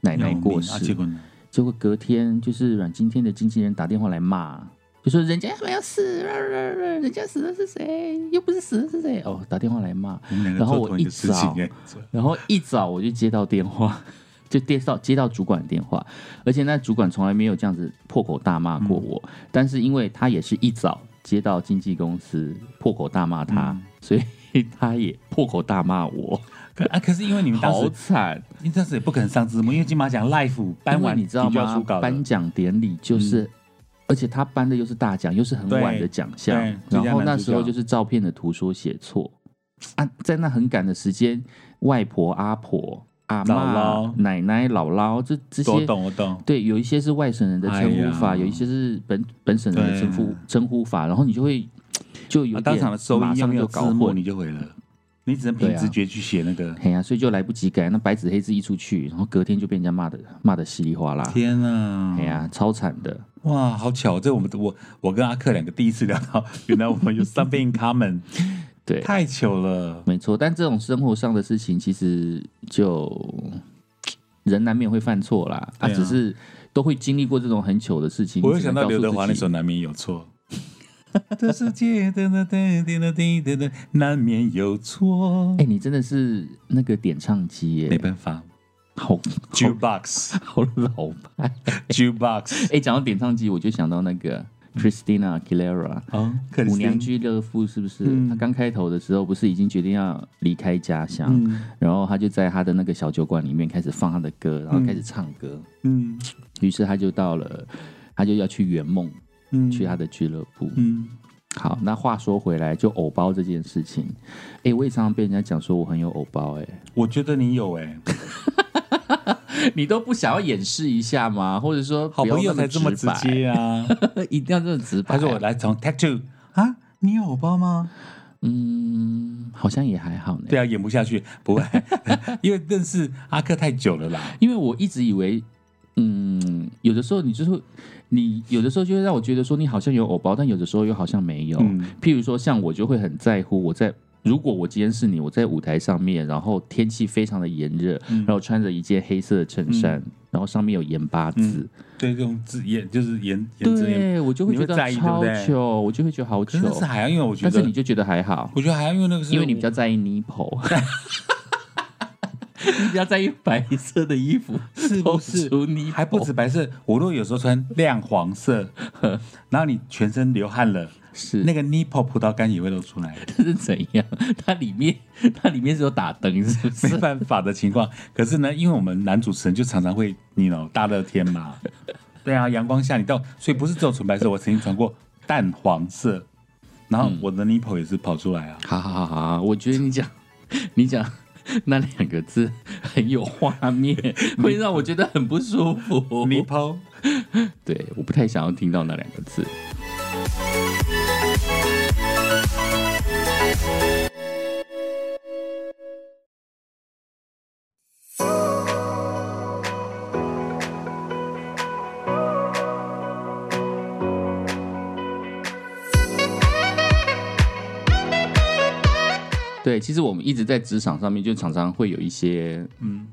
[SPEAKER 2] 奶奶过
[SPEAKER 1] 啊，
[SPEAKER 2] 世
[SPEAKER 1] 结，果呢？
[SPEAKER 2] 结果隔天就是阮经天的经纪人打电话来骂，就说人家没有死， 人家死的是谁？又不是死的是谁？哦，打电话来骂。
[SPEAKER 1] 我们两个
[SPEAKER 2] 然后
[SPEAKER 1] 做
[SPEAKER 2] 我
[SPEAKER 1] 同一个
[SPEAKER 2] 一
[SPEAKER 1] 事情
[SPEAKER 2] 早
[SPEAKER 1] 哎，
[SPEAKER 2] 然后一早我就接到电话， 就接到接到主管电话，而且那主管从来没有这样子破口大骂过我，
[SPEAKER 1] 嗯
[SPEAKER 2] 但是因为他也是一早接到经纪公司破口大骂他，
[SPEAKER 1] 嗯
[SPEAKER 2] 所以他也破口大骂我，
[SPEAKER 1] 可啊，可是因为你们当
[SPEAKER 2] 好
[SPEAKER 1] 时
[SPEAKER 2] 惨。
[SPEAKER 1] 因为当时也不可能上字幕，因为金马奖 live
[SPEAKER 2] 因
[SPEAKER 1] 颁
[SPEAKER 2] 为
[SPEAKER 1] 完
[SPEAKER 2] 你知道
[SPEAKER 1] 就要
[SPEAKER 2] 吗
[SPEAKER 1] 出稿？了嗯
[SPEAKER 2] 颁奖典礼就是，而且他颁的又是大奖，又是很晚的奖项
[SPEAKER 1] 对，最
[SPEAKER 2] 然
[SPEAKER 1] 佳
[SPEAKER 2] 后
[SPEAKER 1] 男
[SPEAKER 2] 那
[SPEAKER 1] 主
[SPEAKER 2] 时候
[SPEAKER 1] 角
[SPEAKER 2] 就是照片的图说写错啊，在那很赶的时间，外婆、阿婆、阿
[SPEAKER 1] 姥
[SPEAKER 2] 妈、
[SPEAKER 1] 姥
[SPEAKER 2] 奶奶、姥姥，这这
[SPEAKER 1] 我
[SPEAKER 2] 些。
[SPEAKER 1] 懂我懂，
[SPEAKER 2] 对，有一些是外省人的称呼法，
[SPEAKER 1] 哎呀
[SPEAKER 2] 有一些是本本省人的称呼
[SPEAKER 1] 对
[SPEAKER 2] 称呼法，然后你就会就有
[SPEAKER 1] 啊
[SPEAKER 2] 点
[SPEAKER 1] 当场的收
[SPEAKER 2] 马
[SPEAKER 1] 音又
[SPEAKER 2] 上
[SPEAKER 1] 没
[SPEAKER 2] 就
[SPEAKER 1] 有
[SPEAKER 2] 搞
[SPEAKER 1] 字幕，
[SPEAKER 2] 混，啊
[SPEAKER 1] 你就毁了，你只能凭直觉去写那个。
[SPEAKER 2] 嘿呀、所以就来不及改，那白纸黑字一出去，然后隔天就被人家骂的骂的稀里哗啦，
[SPEAKER 1] 天啊
[SPEAKER 2] 哎！呀、超惨的。
[SPEAKER 1] 哇，好巧！这我们我我跟阿克两个第一次聊到，原来我们有 something in common，
[SPEAKER 2] 对，
[SPEAKER 1] 太糗了。
[SPEAKER 2] 没错，但这种生活上的事情，其实就人难免会犯错啦。啊，
[SPEAKER 1] 对啊
[SPEAKER 2] 只是都会经历过这种很糗的事情。
[SPEAKER 1] 我又
[SPEAKER 2] 你只
[SPEAKER 1] 想
[SPEAKER 2] 能
[SPEAKER 1] 到
[SPEAKER 2] 告诉
[SPEAKER 1] 刘德华
[SPEAKER 2] 自
[SPEAKER 1] 那
[SPEAKER 2] 己
[SPEAKER 1] 首《难免有错》，这世界噔噔噔噔噔噔噔噔，难免有错
[SPEAKER 2] 哎、。你真的是那个点唱机
[SPEAKER 1] 没
[SPEAKER 2] 耶，
[SPEAKER 1] 办法
[SPEAKER 2] 好
[SPEAKER 1] ，jukebox
[SPEAKER 2] 好老派。
[SPEAKER 1] jukebox
[SPEAKER 2] 哎、讲到点唱机，我就想到那个 Christina Aguilera。
[SPEAKER 1] 啊，克里斯
[SPEAKER 2] 五哦娘
[SPEAKER 1] 汀
[SPEAKER 2] 居乐夫是不是？
[SPEAKER 1] 嗯
[SPEAKER 2] 她刚开头的时候不是已经决定要离开家乡，
[SPEAKER 1] 嗯
[SPEAKER 2] 然后她就在她的那个小酒馆里面开始放她的歌，然后开始唱歌。
[SPEAKER 1] 嗯
[SPEAKER 2] 于是他就到了，他就要去圆梦，
[SPEAKER 1] 嗯，
[SPEAKER 2] 去他的俱乐部。
[SPEAKER 1] 嗯。
[SPEAKER 2] 好，那话说回来，就偶包这件事情，哎、我也常常被人家讲说我很有偶包、
[SPEAKER 1] 我觉得你有哎、
[SPEAKER 2] 哎， 你都不想要掩饰一下吗？或者说
[SPEAKER 1] 好
[SPEAKER 2] 不要
[SPEAKER 1] 朋友
[SPEAKER 2] 那
[SPEAKER 1] 才这么直
[SPEAKER 2] 直白，
[SPEAKER 1] 接 啊。
[SPEAKER 2] 一定要这么直白、
[SPEAKER 1] 他说我，来从 tattoo 啊，你有偶包吗？
[SPEAKER 2] 嗯，好像也还好呢。
[SPEAKER 1] 对啊，演不下去，不会， 因为认识阿克太久了啦。
[SPEAKER 2] 因为我一直以为，嗯，有的时候你就是会你有的时候就会让我觉得说你好像有偶包，但有的时候又好像没有。
[SPEAKER 1] 嗯
[SPEAKER 2] 譬如说，像我就会很在乎我在。如果我今天是你，我在舞台上面，然后天气非常的炎热，然后穿着一件黑色的衬衫，然后上面有盐巴字，
[SPEAKER 1] 对，这种字眼就是言言之言，
[SPEAKER 2] 对我就会觉
[SPEAKER 1] 你
[SPEAKER 2] 得
[SPEAKER 1] 会在意
[SPEAKER 2] 超
[SPEAKER 1] 对不对
[SPEAKER 2] 糗，我就会觉得好
[SPEAKER 1] 可
[SPEAKER 2] 糗
[SPEAKER 1] 是。那是海洋，因为我觉
[SPEAKER 2] 但是你
[SPEAKER 1] 得，
[SPEAKER 2] 就觉得还好，
[SPEAKER 1] 我觉得海洋因为那个是
[SPEAKER 2] 因为你比较在意 nipple，你比较在意白色的衣服
[SPEAKER 1] 是不是
[SPEAKER 2] 露出 nipple
[SPEAKER 1] 还不止白色，我如果有时候穿亮黄 色，然后你全身流汗了，
[SPEAKER 2] 是
[SPEAKER 1] 那个 nipple 葡萄干也会露出来，
[SPEAKER 2] 是怎样？它里面它里面是有打灯，是不
[SPEAKER 1] 没
[SPEAKER 2] 是？
[SPEAKER 1] 办法的情况。可是呢，因为我们男主持人就常常会，你 know 大热天 嘛，对啊，阳光下你到，所以不是只有纯白色，我曾经穿过淡黄色，
[SPEAKER 2] 嗯
[SPEAKER 1] 然后我的 nipple 也是跑出来啊。
[SPEAKER 2] 好好好好，我觉得你讲你讲那两个字很有画面，会让我觉得很不舒服。
[SPEAKER 1] 你抛
[SPEAKER 2] 对，我不太想要听到那两个字。对，其实我们一直在职场上面，就常常会有一些，嗯，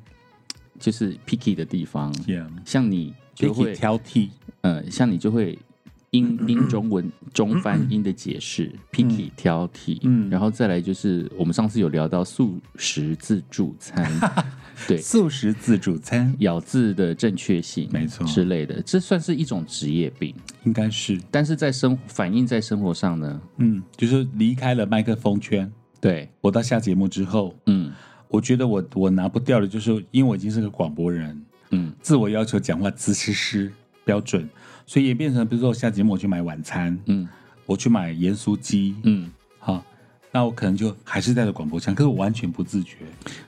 [SPEAKER 2] 就是 picky 的地方，
[SPEAKER 1] ，yeah，
[SPEAKER 2] 像你就会
[SPEAKER 1] Picky，挑剔，
[SPEAKER 2] 呃，像你就会 英英中文中翻英的解释，picky 挑剔，
[SPEAKER 1] 嗯
[SPEAKER 2] 然后再来就是我们上次有聊到素食自助餐， 对，
[SPEAKER 1] 素食自助餐
[SPEAKER 2] 咬字的正确性，
[SPEAKER 1] 没错
[SPEAKER 2] 之类的，这算是一种职业病，
[SPEAKER 1] 应该是，
[SPEAKER 2] 但是在生反映在生活上呢，
[SPEAKER 1] 嗯，就是离开了麦克风圈。
[SPEAKER 2] 对，
[SPEAKER 1] 我到下节目之后，
[SPEAKER 2] 嗯
[SPEAKER 1] 我觉得我我拿不掉的，就是因为我已经是个广播人，
[SPEAKER 2] 嗯
[SPEAKER 1] 自我要求讲话姿势是标准，所以也变成，比如说我下节目我去买晚餐，
[SPEAKER 2] 嗯
[SPEAKER 1] 我去买盐酥鸡，
[SPEAKER 2] 嗯，
[SPEAKER 1] 好，那我可能就还是带着广播腔，可是我完全不自觉，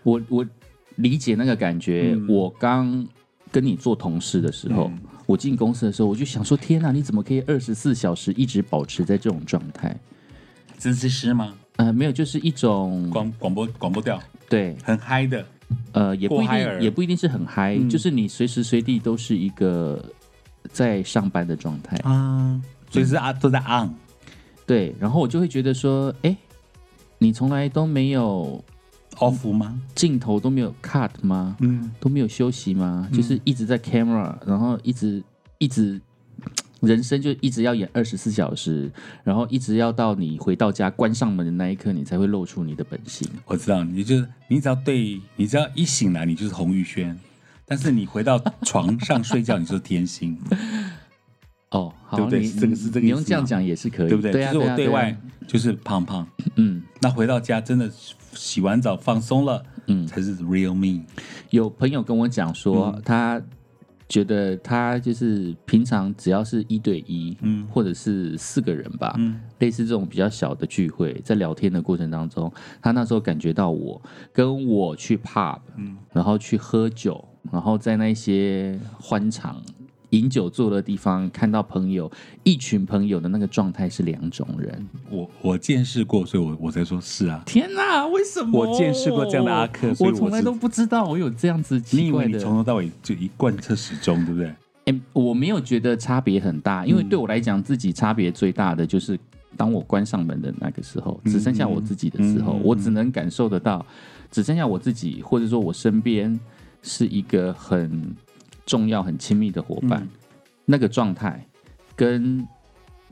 [SPEAKER 2] 我我理解那个感觉，
[SPEAKER 1] 嗯
[SPEAKER 2] 我刚。跟你做同事的时候，我进公司的时候，我就想说：天哪，你怎么可以二十四小时一直保持在这种状态？
[SPEAKER 1] 姿势是吗？
[SPEAKER 2] 呃，没有，就是一种
[SPEAKER 1] 广广播广播调
[SPEAKER 2] 对，
[SPEAKER 1] 很嗨的，
[SPEAKER 2] 呃，也不一
[SPEAKER 1] 过嗨
[SPEAKER 2] 定，
[SPEAKER 1] 而
[SPEAKER 2] 也不一定是很嗨，就是你随时随地都是一个在上班的状态。
[SPEAKER 1] 啊，所以是啊都在
[SPEAKER 2] 嗯
[SPEAKER 1] on，
[SPEAKER 2] 对，然后我就会觉得说，哎，你从来都没有
[SPEAKER 1] off 吗？
[SPEAKER 2] 镜头都没有 cut 吗？
[SPEAKER 1] 嗯，
[SPEAKER 2] 都没有休息吗？就是一直在 camera，然后一直一直。人生就一直要演二十四小时，然后一直要到你回到家关上门的那一刻，你才会露出你的本性。
[SPEAKER 1] 我知道，你就是你只要对你只要一醒来，你就是洪玉轩。但是你回到床上睡觉，你就是天心，
[SPEAKER 2] 哦，好，
[SPEAKER 1] 对不对
[SPEAKER 2] 你
[SPEAKER 1] 这个是这个
[SPEAKER 2] 你
[SPEAKER 1] 意
[SPEAKER 2] 用
[SPEAKER 1] 思
[SPEAKER 2] 这样
[SPEAKER 1] 吗
[SPEAKER 2] 讲也是可以，
[SPEAKER 1] 对不对？
[SPEAKER 2] 对啊，
[SPEAKER 1] 就是
[SPEAKER 2] 啊
[SPEAKER 1] 我对
[SPEAKER 2] 啊
[SPEAKER 1] 外就是胖胖，
[SPEAKER 2] 嗯，
[SPEAKER 1] 那回到家真的洗完澡放松了，
[SPEAKER 2] 嗯
[SPEAKER 1] 才是 real me。
[SPEAKER 2] 有朋友跟我讲说，他觉得他就是平常只要是一对一，
[SPEAKER 1] 嗯
[SPEAKER 2] 或者是四个人吧，
[SPEAKER 1] 嗯
[SPEAKER 2] 类似这种比较小的聚会，在聊天的过程当中，他那时候感觉到我跟我去 pub，
[SPEAKER 1] 嗯
[SPEAKER 2] 然后去喝酒，然后在那些欢场。饮酒坐的地方，看到朋友一群朋友的那个状态是两种人。
[SPEAKER 1] 我我见识过，所以我我才说是啊。
[SPEAKER 2] 天哪，为什么？
[SPEAKER 1] 我见识过这样的阿克所以
[SPEAKER 2] 我
[SPEAKER 1] 我
[SPEAKER 2] 从来
[SPEAKER 1] 是
[SPEAKER 2] 都不知道我有这样子
[SPEAKER 1] 你
[SPEAKER 2] 奇
[SPEAKER 1] 以
[SPEAKER 2] 怪
[SPEAKER 1] 为
[SPEAKER 2] 的。
[SPEAKER 1] 你从头到尾就一贯彻始终，对不 对？
[SPEAKER 2] 欸，我没有觉得差别很大，
[SPEAKER 1] 嗯
[SPEAKER 2] 因为对我来讲，自己差别最大的就是当我关上门的那个时候，只剩下我自己的时候，
[SPEAKER 1] 嗯嗯
[SPEAKER 2] 我只能感受得到，只剩下我自己，或者说我身边是一个很重要、很亲密的伙伴，
[SPEAKER 1] 嗯
[SPEAKER 2] 那个状态跟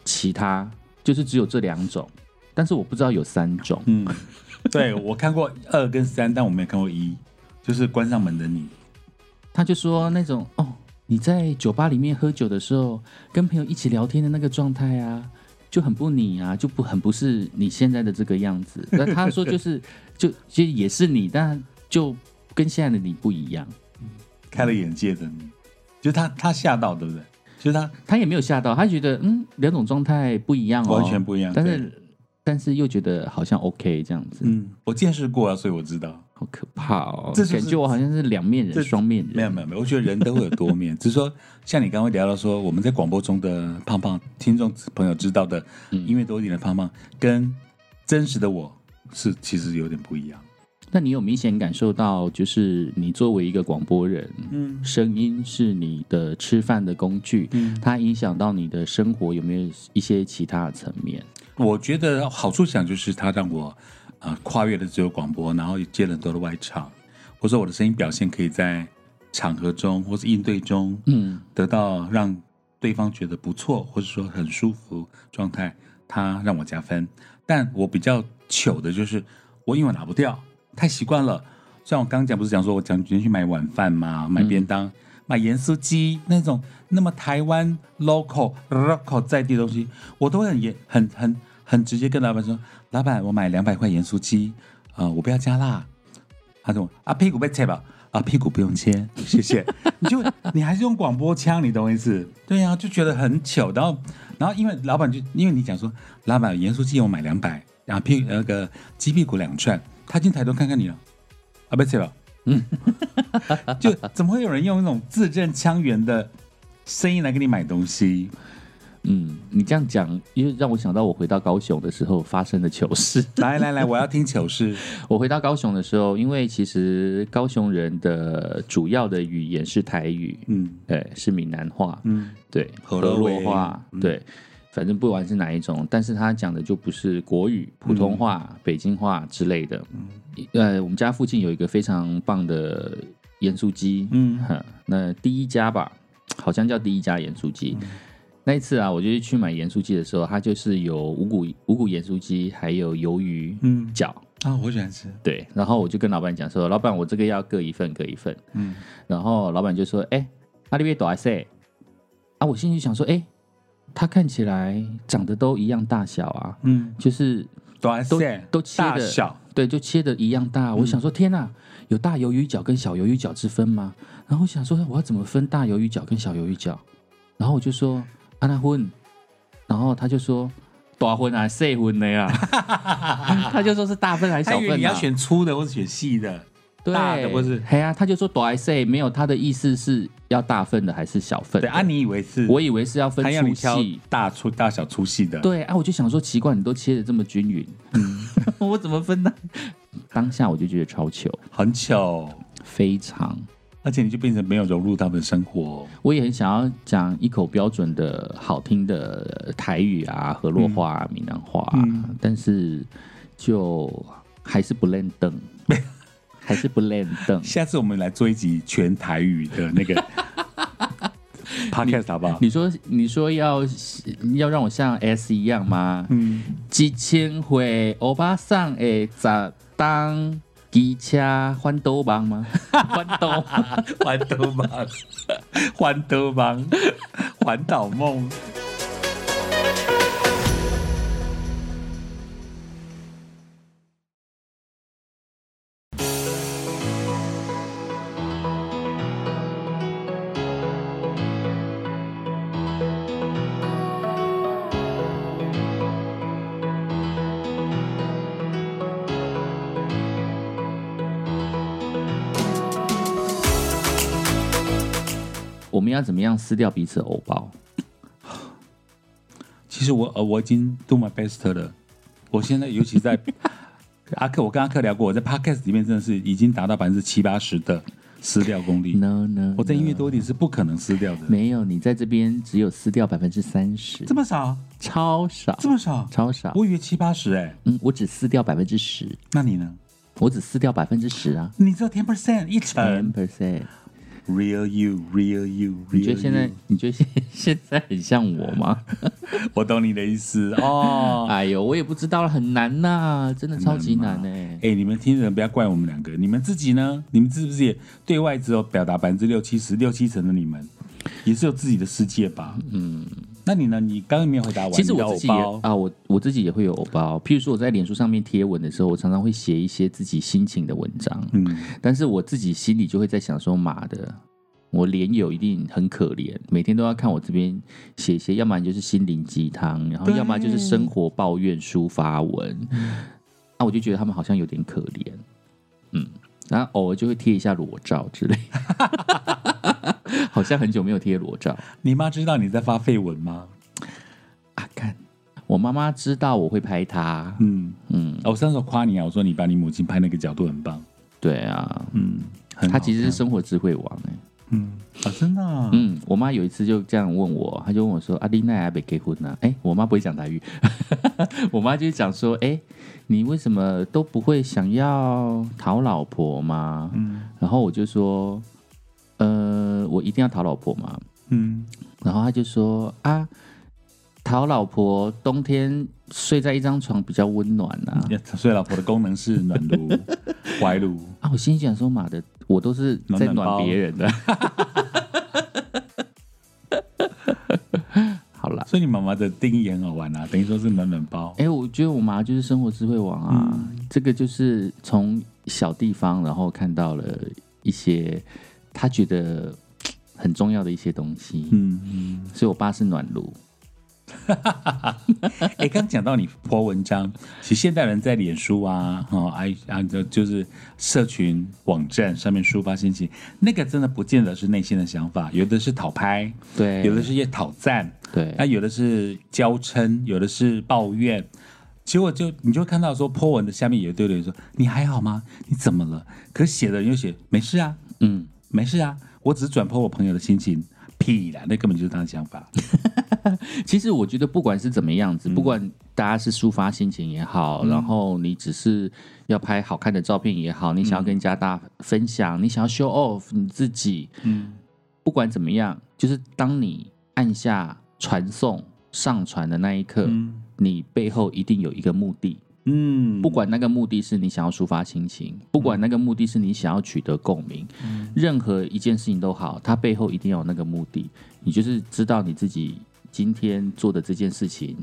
[SPEAKER 2] 其他就是只有这两种，但是我不知道有三种。
[SPEAKER 1] 嗯，对我看过二跟三，但我没有看过一，就是关上门的你。
[SPEAKER 2] 他就说那种哦，你在酒吧里面喝酒的时候，跟朋友一起聊天的那个状态啊，就很不你啊，就不很不是你现在的这个样子。那他说就是就其实也是你，但就跟现在的你不一样。
[SPEAKER 1] 开了眼界的你，就是他他吓到，对不对？就是他
[SPEAKER 2] 他也没有吓到，他觉得嗯两种状态不一样哦，
[SPEAKER 1] 完全不一样
[SPEAKER 2] 但
[SPEAKER 1] 对
[SPEAKER 2] 是但是又觉得好像 OK 这样子，
[SPEAKER 1] 嗯，我见识过啊，所以我知道。
[SPEAKER 2] 好可怕哦，
[SPEAKER 1] 这就是
[SPEAKER 2] 感觉我好像是两面
[SPEAKER 1] 这
[SPEAKER 2] 人、双面人，
[SPEAKER 1] 没有没有没有，我觉得人都会有多面，只是说像你刚刚聊到说，我们在广播中的胖胖听众朋友知道的音乐多一点的胖胖，跟真实的我是其实有点不一样。
[SPEAKER 2] 那你有明显感受到，就是你作为一个广播人，
[SPEAKER 1] 嗯
[SPEAKER 2] 声音是你的吃饭的工具，
[SPEAKER 1] 嗯，
[SPEAKER 2] 它影响到你的生活有没有一些其他的层面？
[SPEAKER 1] 我觉得好处想就是它让我呃跨越了只有广播，然后也接了很多的外场，或者说我的声音表现可以在场合中或是应对中，
[SPEAKER 2] 嗯，
[SPEAKER 1] 得到让对方觉得不错，或者说很舒服状态，他让我加分。但我比较糗的就是，我因为我拿不掉，太习惯了。像我刚刚讲，不是讲说我讲今天去买晚饭嘛，买便当，买盐酥鸡那种，那么台湾 local local 在地的东西，我都会很严很很很直接跟老板说，老板，我买两百块盐酥鸡，啊、我不要加辣。他说啊屁股被切吧，啊屁股不用切， 谢谢。你就你还是用广播腔，你懂我意思？对呀、就觉得很糗。然后然后因为老板就因为你讲说，老板盐酥鸡我买两百，然后屁那个鸡屁股两串，他进抬头看看你了，啊，不起了，嗯， 就怎么会有人用那种字正腔圆的声音来给你买东西？
[SPEAKER 2] 嗯，你这样讲，因为让我想到我回到高雄的时候发生的糗事。
[SPEAKER 1] 来来来，我要听糗事。
[SPEAKER 2] 我回到高雄的时候，因为其实高雄人的主要的语言是台语，
[SPEAKER 1] 嗯
[SPEAKER 2] 呃，是闽南话，
[SPEAKER 1] 嗯，
[SPEAKER 2] 对，
[SPEAKER 1] 河
[SPEAKER 2] 洛
[SPEAKER 1] 洛话
[SPEAKER 2] 话，
[SPEAKER 1] 嗯
[SPEAKER 2] 对，反正不管是哪一种，但是他讲的就不是国语、普通话、
[SPEAKER 1] 嗯
[SPEAKER 2] 北京话之类的。呃，我们家附近有一个非常棒的盐酥鸡，
[SPEAKER 1] 嗯
[SPEAKER 2] 哼， 那第一家吧，好像叫第一家盐酥鸡。
[SPEAKER 1] 嗯
[SPEAKER 2] 那一次啊，我就是去买盐酥鸡的时候，它就是有五谷五谷盐酥鸡，还有鱿鱼
[SPEAKER 1] 嗯
[SPEAKER 2] 饺，
[SPEAKER 1] 啊，我喜欢吃。
[SPEAKER 2] 对，然后我就跟老板讲说，老板我这个要各一份，各一份。
[SPEAKER 1] 嗯，
[SPEAKER 2] 然后老板就说：“哎、阿里贝多还塞啊！”我心里想说：“哎、他看起来长得都一样大小啊，
[SPEAKER 1] 嗯，
[SPEAKER 2] 就是
[SPEAKER 1] 短
[SPEAKER 2] 都
[SPEAKER 1] 线
[SPEAKER 2] 都切
[SPEAKER 1] 大
[SPEAKER 2] 的
[SPEAKER 1] 小，
[SPEAKER 2] 对，就切的一样
[SPEAKER 1] 嗯
[SPEAKER 2] 大。”我想说：“天哪、啊有大鱿鱼脚跟小鱿鱼脚之分吗？”然后我想说：“我要怎么分大鱿鱼脚跟小鱿鱼脚？”然后我就说：“阿那婚。”然后他就说：“大婚啊，细婚的呀、 他就说是大分还是
[SPEAKER 1] 他
[SPEAKER 2] 小
[SPEAKER 1] 以
[SPEAKER 2] 分、
[SPEAKER 1] 为
[SPEAKER 2] 啊？
[SPEAKER 1] 你要选粗的或者选细的。
[SPEAKER 2] 对
[SPEAKER 1] 大的不是
[SPEAKER 2] 嘿啊，他就说短 S 没有，他的意思是要大份的还是小份的？
[SPEAKER 1] 对啊，你以为是？
[SPEAKER 2] 我以为是要分
[SPEAKER 1] 他要你
[SPEAKER 2] 粗
[SPEAKER 1] 挑
[SPEAKER 2] 细。
[SPEAKER 1] 大粗大小粗细的。
[SPEAKER 2] 对啊，我就想说奇怪，你都切的这么 均匀，我怎么分呢？当下我就觉得超糗，
[SPEAKER 1] 很糗，
[SPEAKER 2] 非常。
[SPEAKER 1] 而且你就变成没有融入他们的生 活。
[SPEAKER 2] 我也很想要讲一口标准的好听的台语啊、河洛话、啊、闽南话、啊，
[SPEAKER 1] 嗯
[SPEAKER 2] 但是就还是不练 凳，还是不练凳。
[SPEAKER 1] 下次我们来做一集全台语的那 个 podcast 好不好？
[SPEAKER 2] 你说你说要要让我像 S 一样吗？嗯，几千回欧巴桑诶，咋当机车翻斗帮吗？ 翻斗
[SPEAKER 1] 环岛 帮，环岛帮，环岛梦。
[SPEAKER 2] 我们要怎么样撕掉彼此的欧包？
[SPEAKER 1] 其实我呃我已经 do my best 了，我现在尤其在阿克，我跟阿克聊过，我在 podcast 里面真的是已经达到百分之七八十的撕掉功力。
[SPEAKER 2] ？No No，
[SPEAKER 1] 我在音乐多一点是不可能撕掉的，
[SPEAKER 2] 没有，你在这边只有撕掉百分之三十
[SPEAKER 1] 这，么少，
[SPEAKER 2] 超少，
[SPEAKER 1] 这么少，
[SPEAKER 2] 超少。
[SPEAKER 1] 我以为七八十哎，
[SPEAKER 2] 嗯，我只撕掉百分之十，
[SPEAKER 1] 那你呢？
[SPEAKER 2] 我只撕掉百分之十啊
[SPEAKER 1] 你只有 ten percent 一
[SPEAKER 2] ，ten
[SPEAKER 1] 成
[SPEAKER 2] percent。
[SPEAKER 1] 呃，real you，real you，real
[SPEAKER 2] 你觉得现在
[SPEAKER 1] you
[SPEAKER 2] 你觉得现现在很像我吗？
[SPEAKER 1] 我懂你的意思哦。
[SPEAKER 2] 哎呦，我也不知道了，很难呐、真的超级难哎、
[SPEAKER 1] 哎、你们听人不要怪我们两个，你们自己呢？你们是不是也对外只有表达百分之六七十、六七成的你们，也是有自己的世界吧？嗯，那你呢？你刚刚没有回答完，
[SPEAKER 2] 其实
[SPEAKER 1] 你的
[SPEAKER 2] 我
[SPEAKER 1] 偶
[SPEAKER 2] 自己也
[SPEAKER 1] 包
[SPEAKER 2] 啊，我我自己也会有偶包。譬如说我在脸书上面贴文的时候，我常常会写一些自己心情的文章，
[SPEAKER 1] 嗯，
[SPEAKER 2] 但是我自己心里就会在想说，妈的，我脸友一定很可怜，每天都要看我这边写一些，要么就是心灵鸡汤，然后
[SPEAKER 1] 对
[SPEAKER 2] 要么就是生活抱怨抒发文，啊，我就觉得他们好像有点可怜，嗯，然后偶尔就会贴一下裸照之类的 好像很久没有贴裸照。
[SPEAKER 1] 你妈知道你在发绯闻吗？
[SPEAKER 2] 啊，看我妈妈知道我会拍她，
[SPEAKER 1] 嗯，
[SPEAKER 2] 嗯，
[SPEAKER 1] 哦我上次有夸你啊，我说你把你母亲拍那个角度很棒，
[SPEAKER 2] 对啊，
[SPEAKER 1] 嗯，很好
[SPEAKER 2] 她其实是生活智慧王哎、
[SPEAKER 1] 嗯啊、真的、啊，
[SPEAKER 2] 嗯，我妈有一次就这样问我，她就问我说：“阿丽奈还没结婚呢、哎、我妈不会讲台语， 我妈就讲说：“哎、你为什么都不会想要讨老婆吗？”
[SPEAKER 1] 嗯
[SPEAKER 2] 然后我就说：“呃，我一定要讨老婆吗？”
[SPEAKER 1] 嗯，
[SPEAKER 2] 然后他就说啊，讨老婆冬天睡在一张床比较温暖 啊。
[SPEAKER 1] 所以老婆的功能是暖炉、怀炉，
[SPEAKER 2] 啊，我心想说，妈的，我都是在暖别人 的。好啦，
[SPEAKER 1] 所以你妈妈的定义也很好玩啊，等于说是暖暖包。
[SPEAKER 2] 哎、我觉得我妈就是生活智慧王啊，这个就是从小地方，然后看到了一些她觉得很重要的一些东西。
[SPEAKER 1] 嗯，嗯
[SPEAKER 2] 所以我爸是暖炉，
[SPEAKER 1] 哎，刚讲到你泼文章，其实现代人在脸书啊，哦，哎啊，就就是社群网站上面抒发心情，那个真的不见得是内心的想法，有的是讨拍，
[SPEAKER 2] 对，
[SPEAKER 1] 有的是也讨赞，
[SPEAKER 2] 对
[SPEAKER 1] 那，有的是娇嗔，有的是抱怨。结果就你就会看到说，po 文的下面有一堆人说：“你还好吗？你怎么了？”可是写的人又写：“没事啊，
[SPEAKER 2] 嗯，
[SPEAKER 1] 没事啊，我只是转 po 我朋友的心情。”屁啦，那根本就是他的想法。
[SPEAKER 2] 其实我觉得不管是怎么样子，不管大家是抒发心情也好，然后你只是要拍好看的照片也好，你想要跟家大家分享，你想要 show off 你自己，
[SPEAKER 1] 嗯，
[SPEAKER 2] 不管怎么样，就是当你按下传送上传的那一刻，
[SPEAKER 1] 嗯
[SPEAKER 2] 你背后一定有一个目的。
[SPEAKER 1] 嗯，
[SPEAKER 2] 不管那个目的是你想要抒发心情，不管那个目的是你想要取得共鸣，任何一件事情都好，它背后一定要有那个目的。你就是知道你自己今天做的这件事情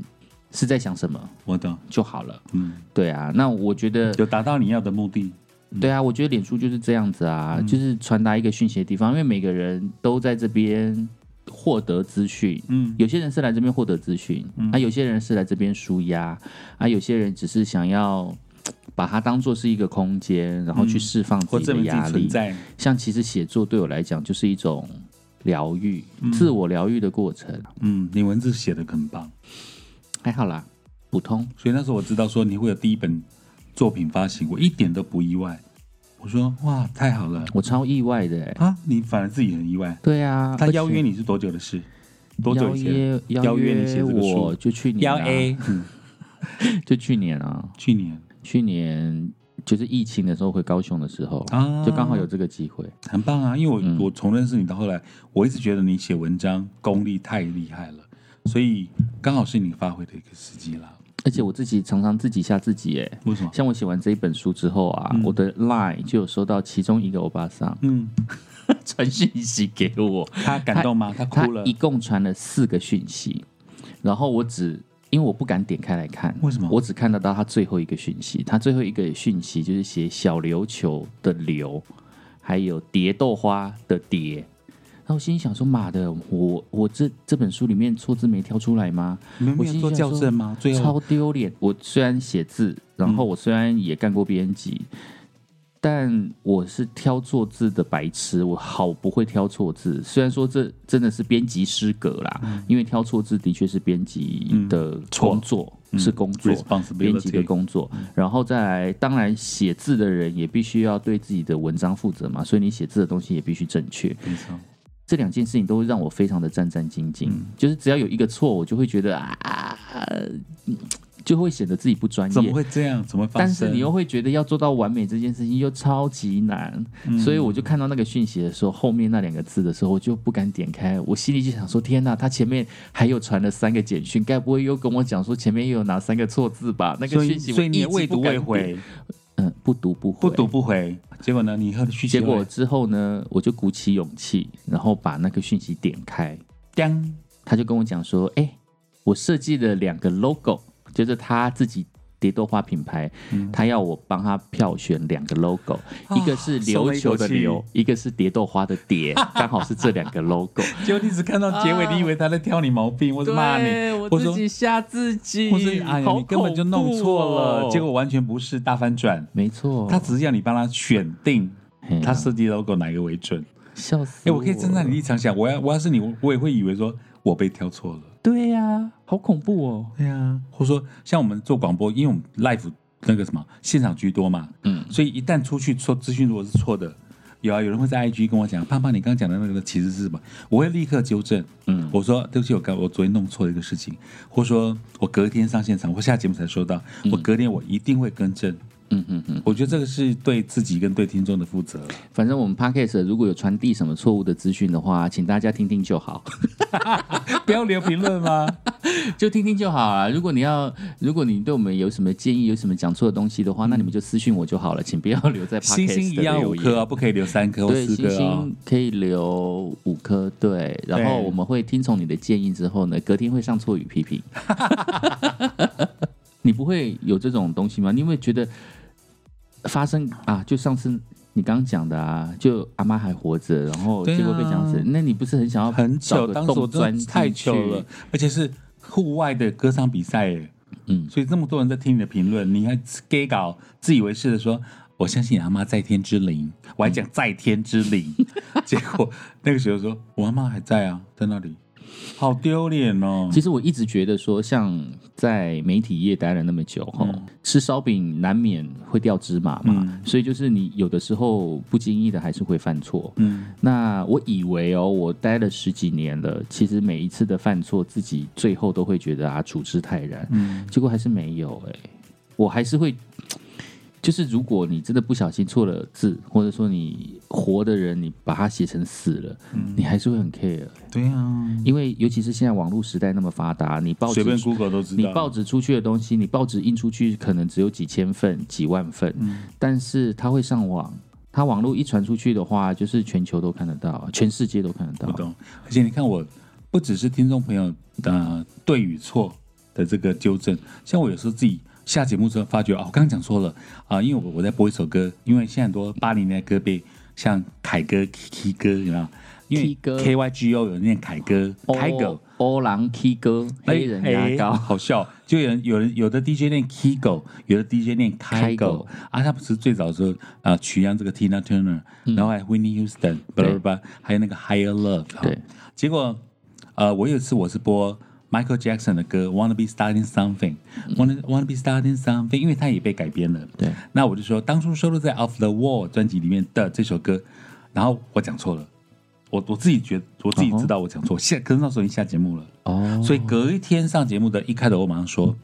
[SPEAKER 2] 是在想什么
[SPEAKER 1] 我懂，
[SPEAKER 2] 就好了。
[SPEAKER 1] 嗯，
[SPEAKER 2] 对啊，那我觉得，
[SPEAKER 1] 有达到你要的目的。
[SPEAKER 2] 对啊，我觉得脸书就是这样子啊，
[SPEAKER 1] 嗯
[SPEAKER 2] 就是传达一个讯息的地方，因为每个人都在这边获得资讯，
[SPEAKER 1] 嗯
[SPEAKER 2] 有些人是来这边获得资讯，啊，有些人是来这边舒压，啊，有些人只是想要嘖把它当做是一个空间，然后去释放
[SPEAKER 1] 嗯或
[SPEAKER 2] 自
[SPEAKER 1] 证
[SPEAKER 2] 己的
[SPEAKER 1] 明自
[SPEAKER 2] 压
[SPEAKER 1] 己
[SPEAKER 2] 力。
[SPEAKER 1] 存在。
[SPEAKER 2] 像其实写作对我来讲就是一种疗愈、自我疗愈的过程，
[SPEAKER 1] 嗯，你文字写的很棒，
[SPEAKER 2] 还好啦，普通。
[SPEAKER 1] 所以那时候我知道说你会有第一本作品发行，我一点都不意外。我说哇，太好了
[SPEAKER 2] 我超意外的、欸，
[SPEAKER 1] 啊！你反而自己很意外。
[SPEAKER 2] 对啊，
[SPEAKER 1] 他
[SPEAKER 2] 而且
[SPEAKER 1] 邀约你是多久的事？多久
[SPEAKER 2] 邀
[SPEAKER 1] 以前？
[SPEAKER 2] 约
[SPEAKER 1] 邀
[SPEAKER 2] 邀
[SPEAKER 1] 约你写这个书
[SPEAKER 2] 我就去年、啊、
[SPEAKER 1] 嗯
[SPEAKER 2] 就去年啊，
[SPEAKER 1] 去年
[SPEAKER 2] 去年就是疫情的时候回高雄的时候，
[SPEAKER 1] 啊
[SPEAKER 2] 就刚好有嗯这个机会。
[SPEAKER 1] 很棒啊！因为我、我从认识你到后来，我一直觉得你写文章功力太厉害了，所以刚好是你发挥的一个时机啦。
[SPEAKER 2] 而且我自己常常自己吓自己，哎，
[SPEAKER 1] 为什么？
[SPEAKER 2] 像我写完这一本书之后啊，我的 Line 就有收到其中一个欧巴桑
[SPEAKER 1] 嗯，
[SPEAKER 2] 传讯息给我，
[SPEAKER 1] 他感动吗？他
[SPEAKER 2] 他
[SPEAKER 1] 哭了
[SPEAKER 2] 一？共传了四个讯息，然后我只。因为我不敢点开来看，
[SPEAKER 1] 为什么
[SPEAKER 2] 我只看得到他最后一个讯息，他最后一个讯息就是写小琉球的琉，还有蝶豆花的蝶。然后我心里想说，妈的，我我这这本书里面错字没挑出来吗？
[SPEAKER 1] 你们没有
[SPEAKER 2] 我心
[SPEAKER 1] 做
[SPEAKER 2] 想
[SPEAKER 1] 校
[SPEAKER 2] 说
[SPEAKER 1] 正吗？最后
[SPEAKER 2] 超丢脸。我虽然写字，然
[SPEAKER 1] 嗯
[SPEAKER 2] 后我虽然也干过编辑，但我是挑错字的白痴，我好不会挑错字。虽然说这真的是编辑失格啦，
[SPEAKER 1] 嗯
[SPEAKER 2] 因为挑错字的确是编辑的
[SPEAKER 1] 错嗯
[SPEAKER 2] 工作，是工作。编辑
[SPEAKER 1] responsibility
[SPEAKER 2] 的
[SPEAKER 1] 嗯
[SPEAKER 2] 工作，然后再来，当然写字的人也必须要对自己的文章负责嘛，所以你写字的东西也必须正确。
[SPEAKER 1] 没错，
[SPEAKER 2] 这两件事情都会让我非常的战战兢兢，
[SPEAKER 1] 嗯
[SPEAKER 2] 就是只要有一个错，我就会觉得啊，嗯就会显得自己不专
[SPEAKER 1] 怎么
[SPEAKER 2] 业。
[SPEAKER 1] 会这样？怎么会发生？
[SPEAKER 2] 但是你又会觉得要做到完美这件事情又超级难，
[SPEAKER 1] 嗯
[SPEAKER 2] 所以我就看到那个讯息的时候，后面那两个字的时候，我就不敢点开。我心里就想说：天呐，他前面还有传了三个简讯，该不会又跟我讲说前面又有哪三个错字吧？那个
[SPEAKER 1] 所
[SPEAKER 2] 讯
[SPEAKER 1] 以
[SPEAKER 2] 息
[SPEAKER 1] 所以
[SPEAKER 2] 我
[SPEAKER 1] 你也
[SPEAKER 2] 一直
[SPEAKER 1] 未
[SPEAKER 2] 不
[SPEAKER 1] 读
[SPEAKER 2] 敢
[SPEAKER 1] 未
[SPEAKER 2] 点，
[SPEAKER 1] 回，
[SPEAKER 2] 嗯，不读不回，
[SPEAKER 1] 不读不回。结果呢？你以后的续
[SPEAKER 2] 结 果之后呢，我就鼓起勇气，然后把那个讯息点开，
[SPEAKER 1] 当
[SPEAKER 2] 他就跟我讲说：“哎、我设计了两个 logo，就是他自己蝶豆花品牌，
[SPEAKER 1] 嗯
[SPEAKER 2] 他要我帮他票选两个 logo，、一个是琉球的
[SPEAKER 1] 啊松了一
[SPEAKER 2] 琉
[SPEAKER 1] 口，
[SPEAKER 2] 一个是蝶豆花的 蝶，刚好是这两个 logo。
[SPEAKER 1] 结果你只看到结
[SPEAKER 2] 啊
[SPEAKER 1] 尾，你以为他在挑你毛病，或者骂你，
[SPEAKER 2] 我
[SPEAKER 1] 或者说
[SPEAKER 2] 吓自己
[SPEAKER 1] 或是哎呀，你根本就弄错了，
[SPEAKER 2] 哦
[SPEAKER 1] 结果完全不是大翻转。
[SPEAKER 2] 没错，
[SPEAKER 1] 他只是要你帮他选定
[SPEAKER 2] 哦嘿哦啊
[SPEAKER 1] 他设计 logo 哪一个为准。
[SPEAKER 2] 笑死
[SPEAKER 1] 哎，我可以站在你立场想，我要我要是你，我我也会以为说我被挑错了。
[SPEAKER 2] 对呀、好恐怖哦。
[SPEAKER 1] 对啊，或者说像我们做广播，因为我们 live 那个什么现场居多嘛，
[SPEAKER 2] 嗯，
[SPEAKER 1] 所以一旦出去说资讯如果是错的，有啊，有人会在 IG 跟我讲，胖胖你刚刚讲的那个其实是什么，我会立刻纠正，
[SPEAKER 2] 嗯，
[SPEAKER 1] 我说对不起，我刚我昨天弄错了一个事情，或说我隔天上现场或下节目才收到，我隔天我一定会更正，
[SPEAKER 2] 嗯嗯嗯，
[SPEAKER 1] 我觉得这个是对自己跟对听众的负 责，
[SPEAKER 2] 反正我们 podcast 如果有传递什么错误的资讯的话，请大家听听就好。
[SPEAKER 1] 不要留评论 吗？
[SPEAKER 2] 就听听就好啊。如果你要，如果你对我们有什么建议，有什么讲错的东西的话，那你们就私信我就好了，请不要留在 podcast
[SPEAKER 1] 嗯 星星一样
[SPEAKER 2] 的
[SPEAKER 1] 五
[SPEAKER 2] 留言
[SPEAKER 1] 颗哦，不可以留三颗或
[SPEAKER 2] 对，
[SPEAKER 1] 四
[SPEAKER 2] 星
[SPEAKER 1] 颗哦
[SPEAKER 2] 星。可以留五颗，对，然后
[SPEAKER 1] 对
[SPEAKER 2] 我们会听从你的建议之后呢，隔天会上错语 批评。你不会有这种东西吗？你会觉得发生啊？就上次你刚刚讲的啊，就阿妈还活着，然后
[SPEAKER 1] 对啊
[SPEAKER 2] 结果被讲死，那你不是很想要
[SPEAKER 1] 很
[SPEAKER 2] 找
[SPEAKER 1] 糗，
[SPEAKER 2] 个
[SPEAKER 1] 当时我
[SPEAKER 2] 洞
[SPEAKER 1] 真
[SPEAKER 2] 钻
[SPEAKER 1] 的太
[SPEAKER 2] 进去
[SPEAKER 1] 糗了，而且是户外的歌唱比赛耶，
[SPEAKER 2] 嗯
[SPEAKER 1] 所以这么多人在听你的评论，你还 gay 搞自以为是的说。我相信你阿妈在天之灵，我还讲在天之 灵，结果那个时候说，我阿妈还在啊，在那里，好丢脸哦。
[SPEAKER 2] 其实我一直觉得说，像在媒体业待了那么久哈、
[SPEAKER 1] 嗯
[SPEAKER 2] 吃烧饼难免会掉芝麻嘛，所以就是你有的时候不经意的还是会犯错。
[SPEAKER 1] 嗯，
[SPEAKER 2] 那我以为哦，我待了十几年了，其实每一次的犯错，自己最后都会觉得啊，处之泰然。
[SPEAKER 1] 嗯
[SPEAKER 2] 结果还是没有哎、我还是会，就是如果你真的不小心错了字，或者说你活的人你把它写成死了，
[SPEAKER 1] 嗯
[SPEAKER 2] 你还是会很 care，
[SPEAKER 1] 对啊，
[SPEAKER 2] 因为尤其是现在网络时代那么发达，你报
[SPEAKER 1] 随
[SPEAKER 2] 纸
[SPEAKER 1] 便 Google 都知
[SPEAKER 2] 你
[SPEAKER 1] 道。
[SPEAKER 2] 报纸出去的东西，你报纸印出去可能只有几千份、几万份，
[SPEAKER 1] 嗯
[SPEAKER 2] 但是它会上网。它网络一传出去的话，就是全球都看得到，全世界都看得
[SPEAKER 1] 我
[SPEAKER 2] 到。
[SPEAKER 1] 懂。而且你看我，不只是听众朋友的、呃对与错的这个纠正，像我有时候自己下节目之后发觉，哦，我刚刚讲错了啊、因为我我在播一首歌，因为现在很多八零年代歌被像凯歌、K 歌，有没有？因为
[SPEAKER 2] K 歌
[SPEAKER 1] K Y G O 有人念凯歌、
[SPEAKER 2] 哦
[SPEAKER 1] 凯歌。
[SPEAKER 2] 欧郎 K 哥，黑人牙膏
[SPEAKER 1] 哎哎，好笑，就有人有人有的 DJ 念 Kigo，有的 DJ 念
[SPEAKER 2] 开
[SPEAKER 1] Kigo
[SPEAKER 2] 狗
[SPEAKER 1] 啊，他不是最早的时候啊、呃取样这个 Tina Turner，、然
[SPEAKER 2] 嗯
[SPEAKER 1] 后还有 Whitney Houston，巴拉巴拉，还有那个 Higher Love，啊
[SPEAKER 2] 对，
[SPEAKER 1] 结果呃，我有一次我是播 Michael Jackson 的歌 Wanna Be Starting
[SPEAKER 2] 嗯
[SPEAKER 1] Something，Wanna Wanna Be Starting Something，因为它也被改编了，
[SPEAKER 2] 对，
[SPEAKER 1] 那我就说当初收录在 Off the Wall 专辑里面的这首歌，然后我讲错了。我我自己觉我自己知道我讲错，下可是那时候已经下节目了，
[SPEAKER 2] 哦，
[SPEAKER 1] 所以隔一天上节目的一开头，我马上说，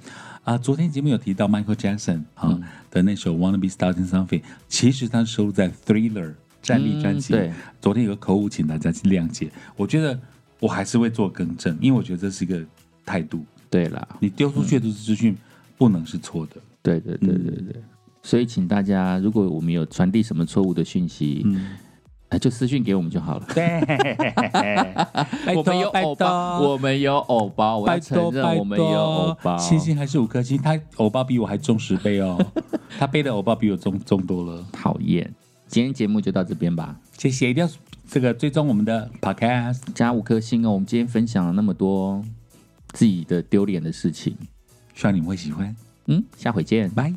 [SPEAKER 1] 啊，昨天节目有提到 Michael Jackson 啊、
[SPEAKER 2] 嗯
[SPEAKER 1] 的那首《Wanna Be Starting Something》，其实它是收录在 Thriller 战力专辑。
[SPEAKER 2] 嗯对，
[SPEAKER 1] 昨天有个口误，请大家谅解。我觉得我还是会做更正，因为我觉得这是一个态度。
[SPEAKER 2] 对啦，
[SPEAKER 1] 你丢出去的资讯不能是错的。
[SPEAKER 2] 对对对对
[SPEAKER 1] 嗯
[SPEAKER 2] 对，所以请大家，如果我们有传递什么错误的讯息，
[SPEAKER 1] 嗯，
[SPEAKER 2] 呃就私讯给我们就好了。
[SPEAKER 1] 对，拜
[SPEAKER 2] 我们有
[SPEAKER 1] 托，拜
[SPEAKER 2] 偶包，
[SPEAKER 1] 托。
[SPEAKER 2] 我们有偶包，我要
[SPEAKER 1] 拜
[SPEAKER 2] 承
[SPEAKER 1] 托，
[SPEAKER 2] 认
[SPEAKER 1] 拜
[SPEAKER 2] 我们有偶
[SPEAKER 1] 托，。
[SPEAKER 2] 包
[SPEAKER 1] 星星还是五颗星，他偶包比我还重十倍哦，他背的偶包比我重重多了。
[SPEAKER 2] 讨厌，今天节目就到这边吧，
[SPEAKER 1] 谢谢，一定要这个追踪我们的 podcast。
[SPEAKER 2] 加五颗星哦。我们今天分享了那么多自己的丢脸的事情，
[SPEAKER 1] 希望你们会喜欢，
[SPEAKER 2] 嗯，下回见，拜。
[SPEAKER 1] 拜。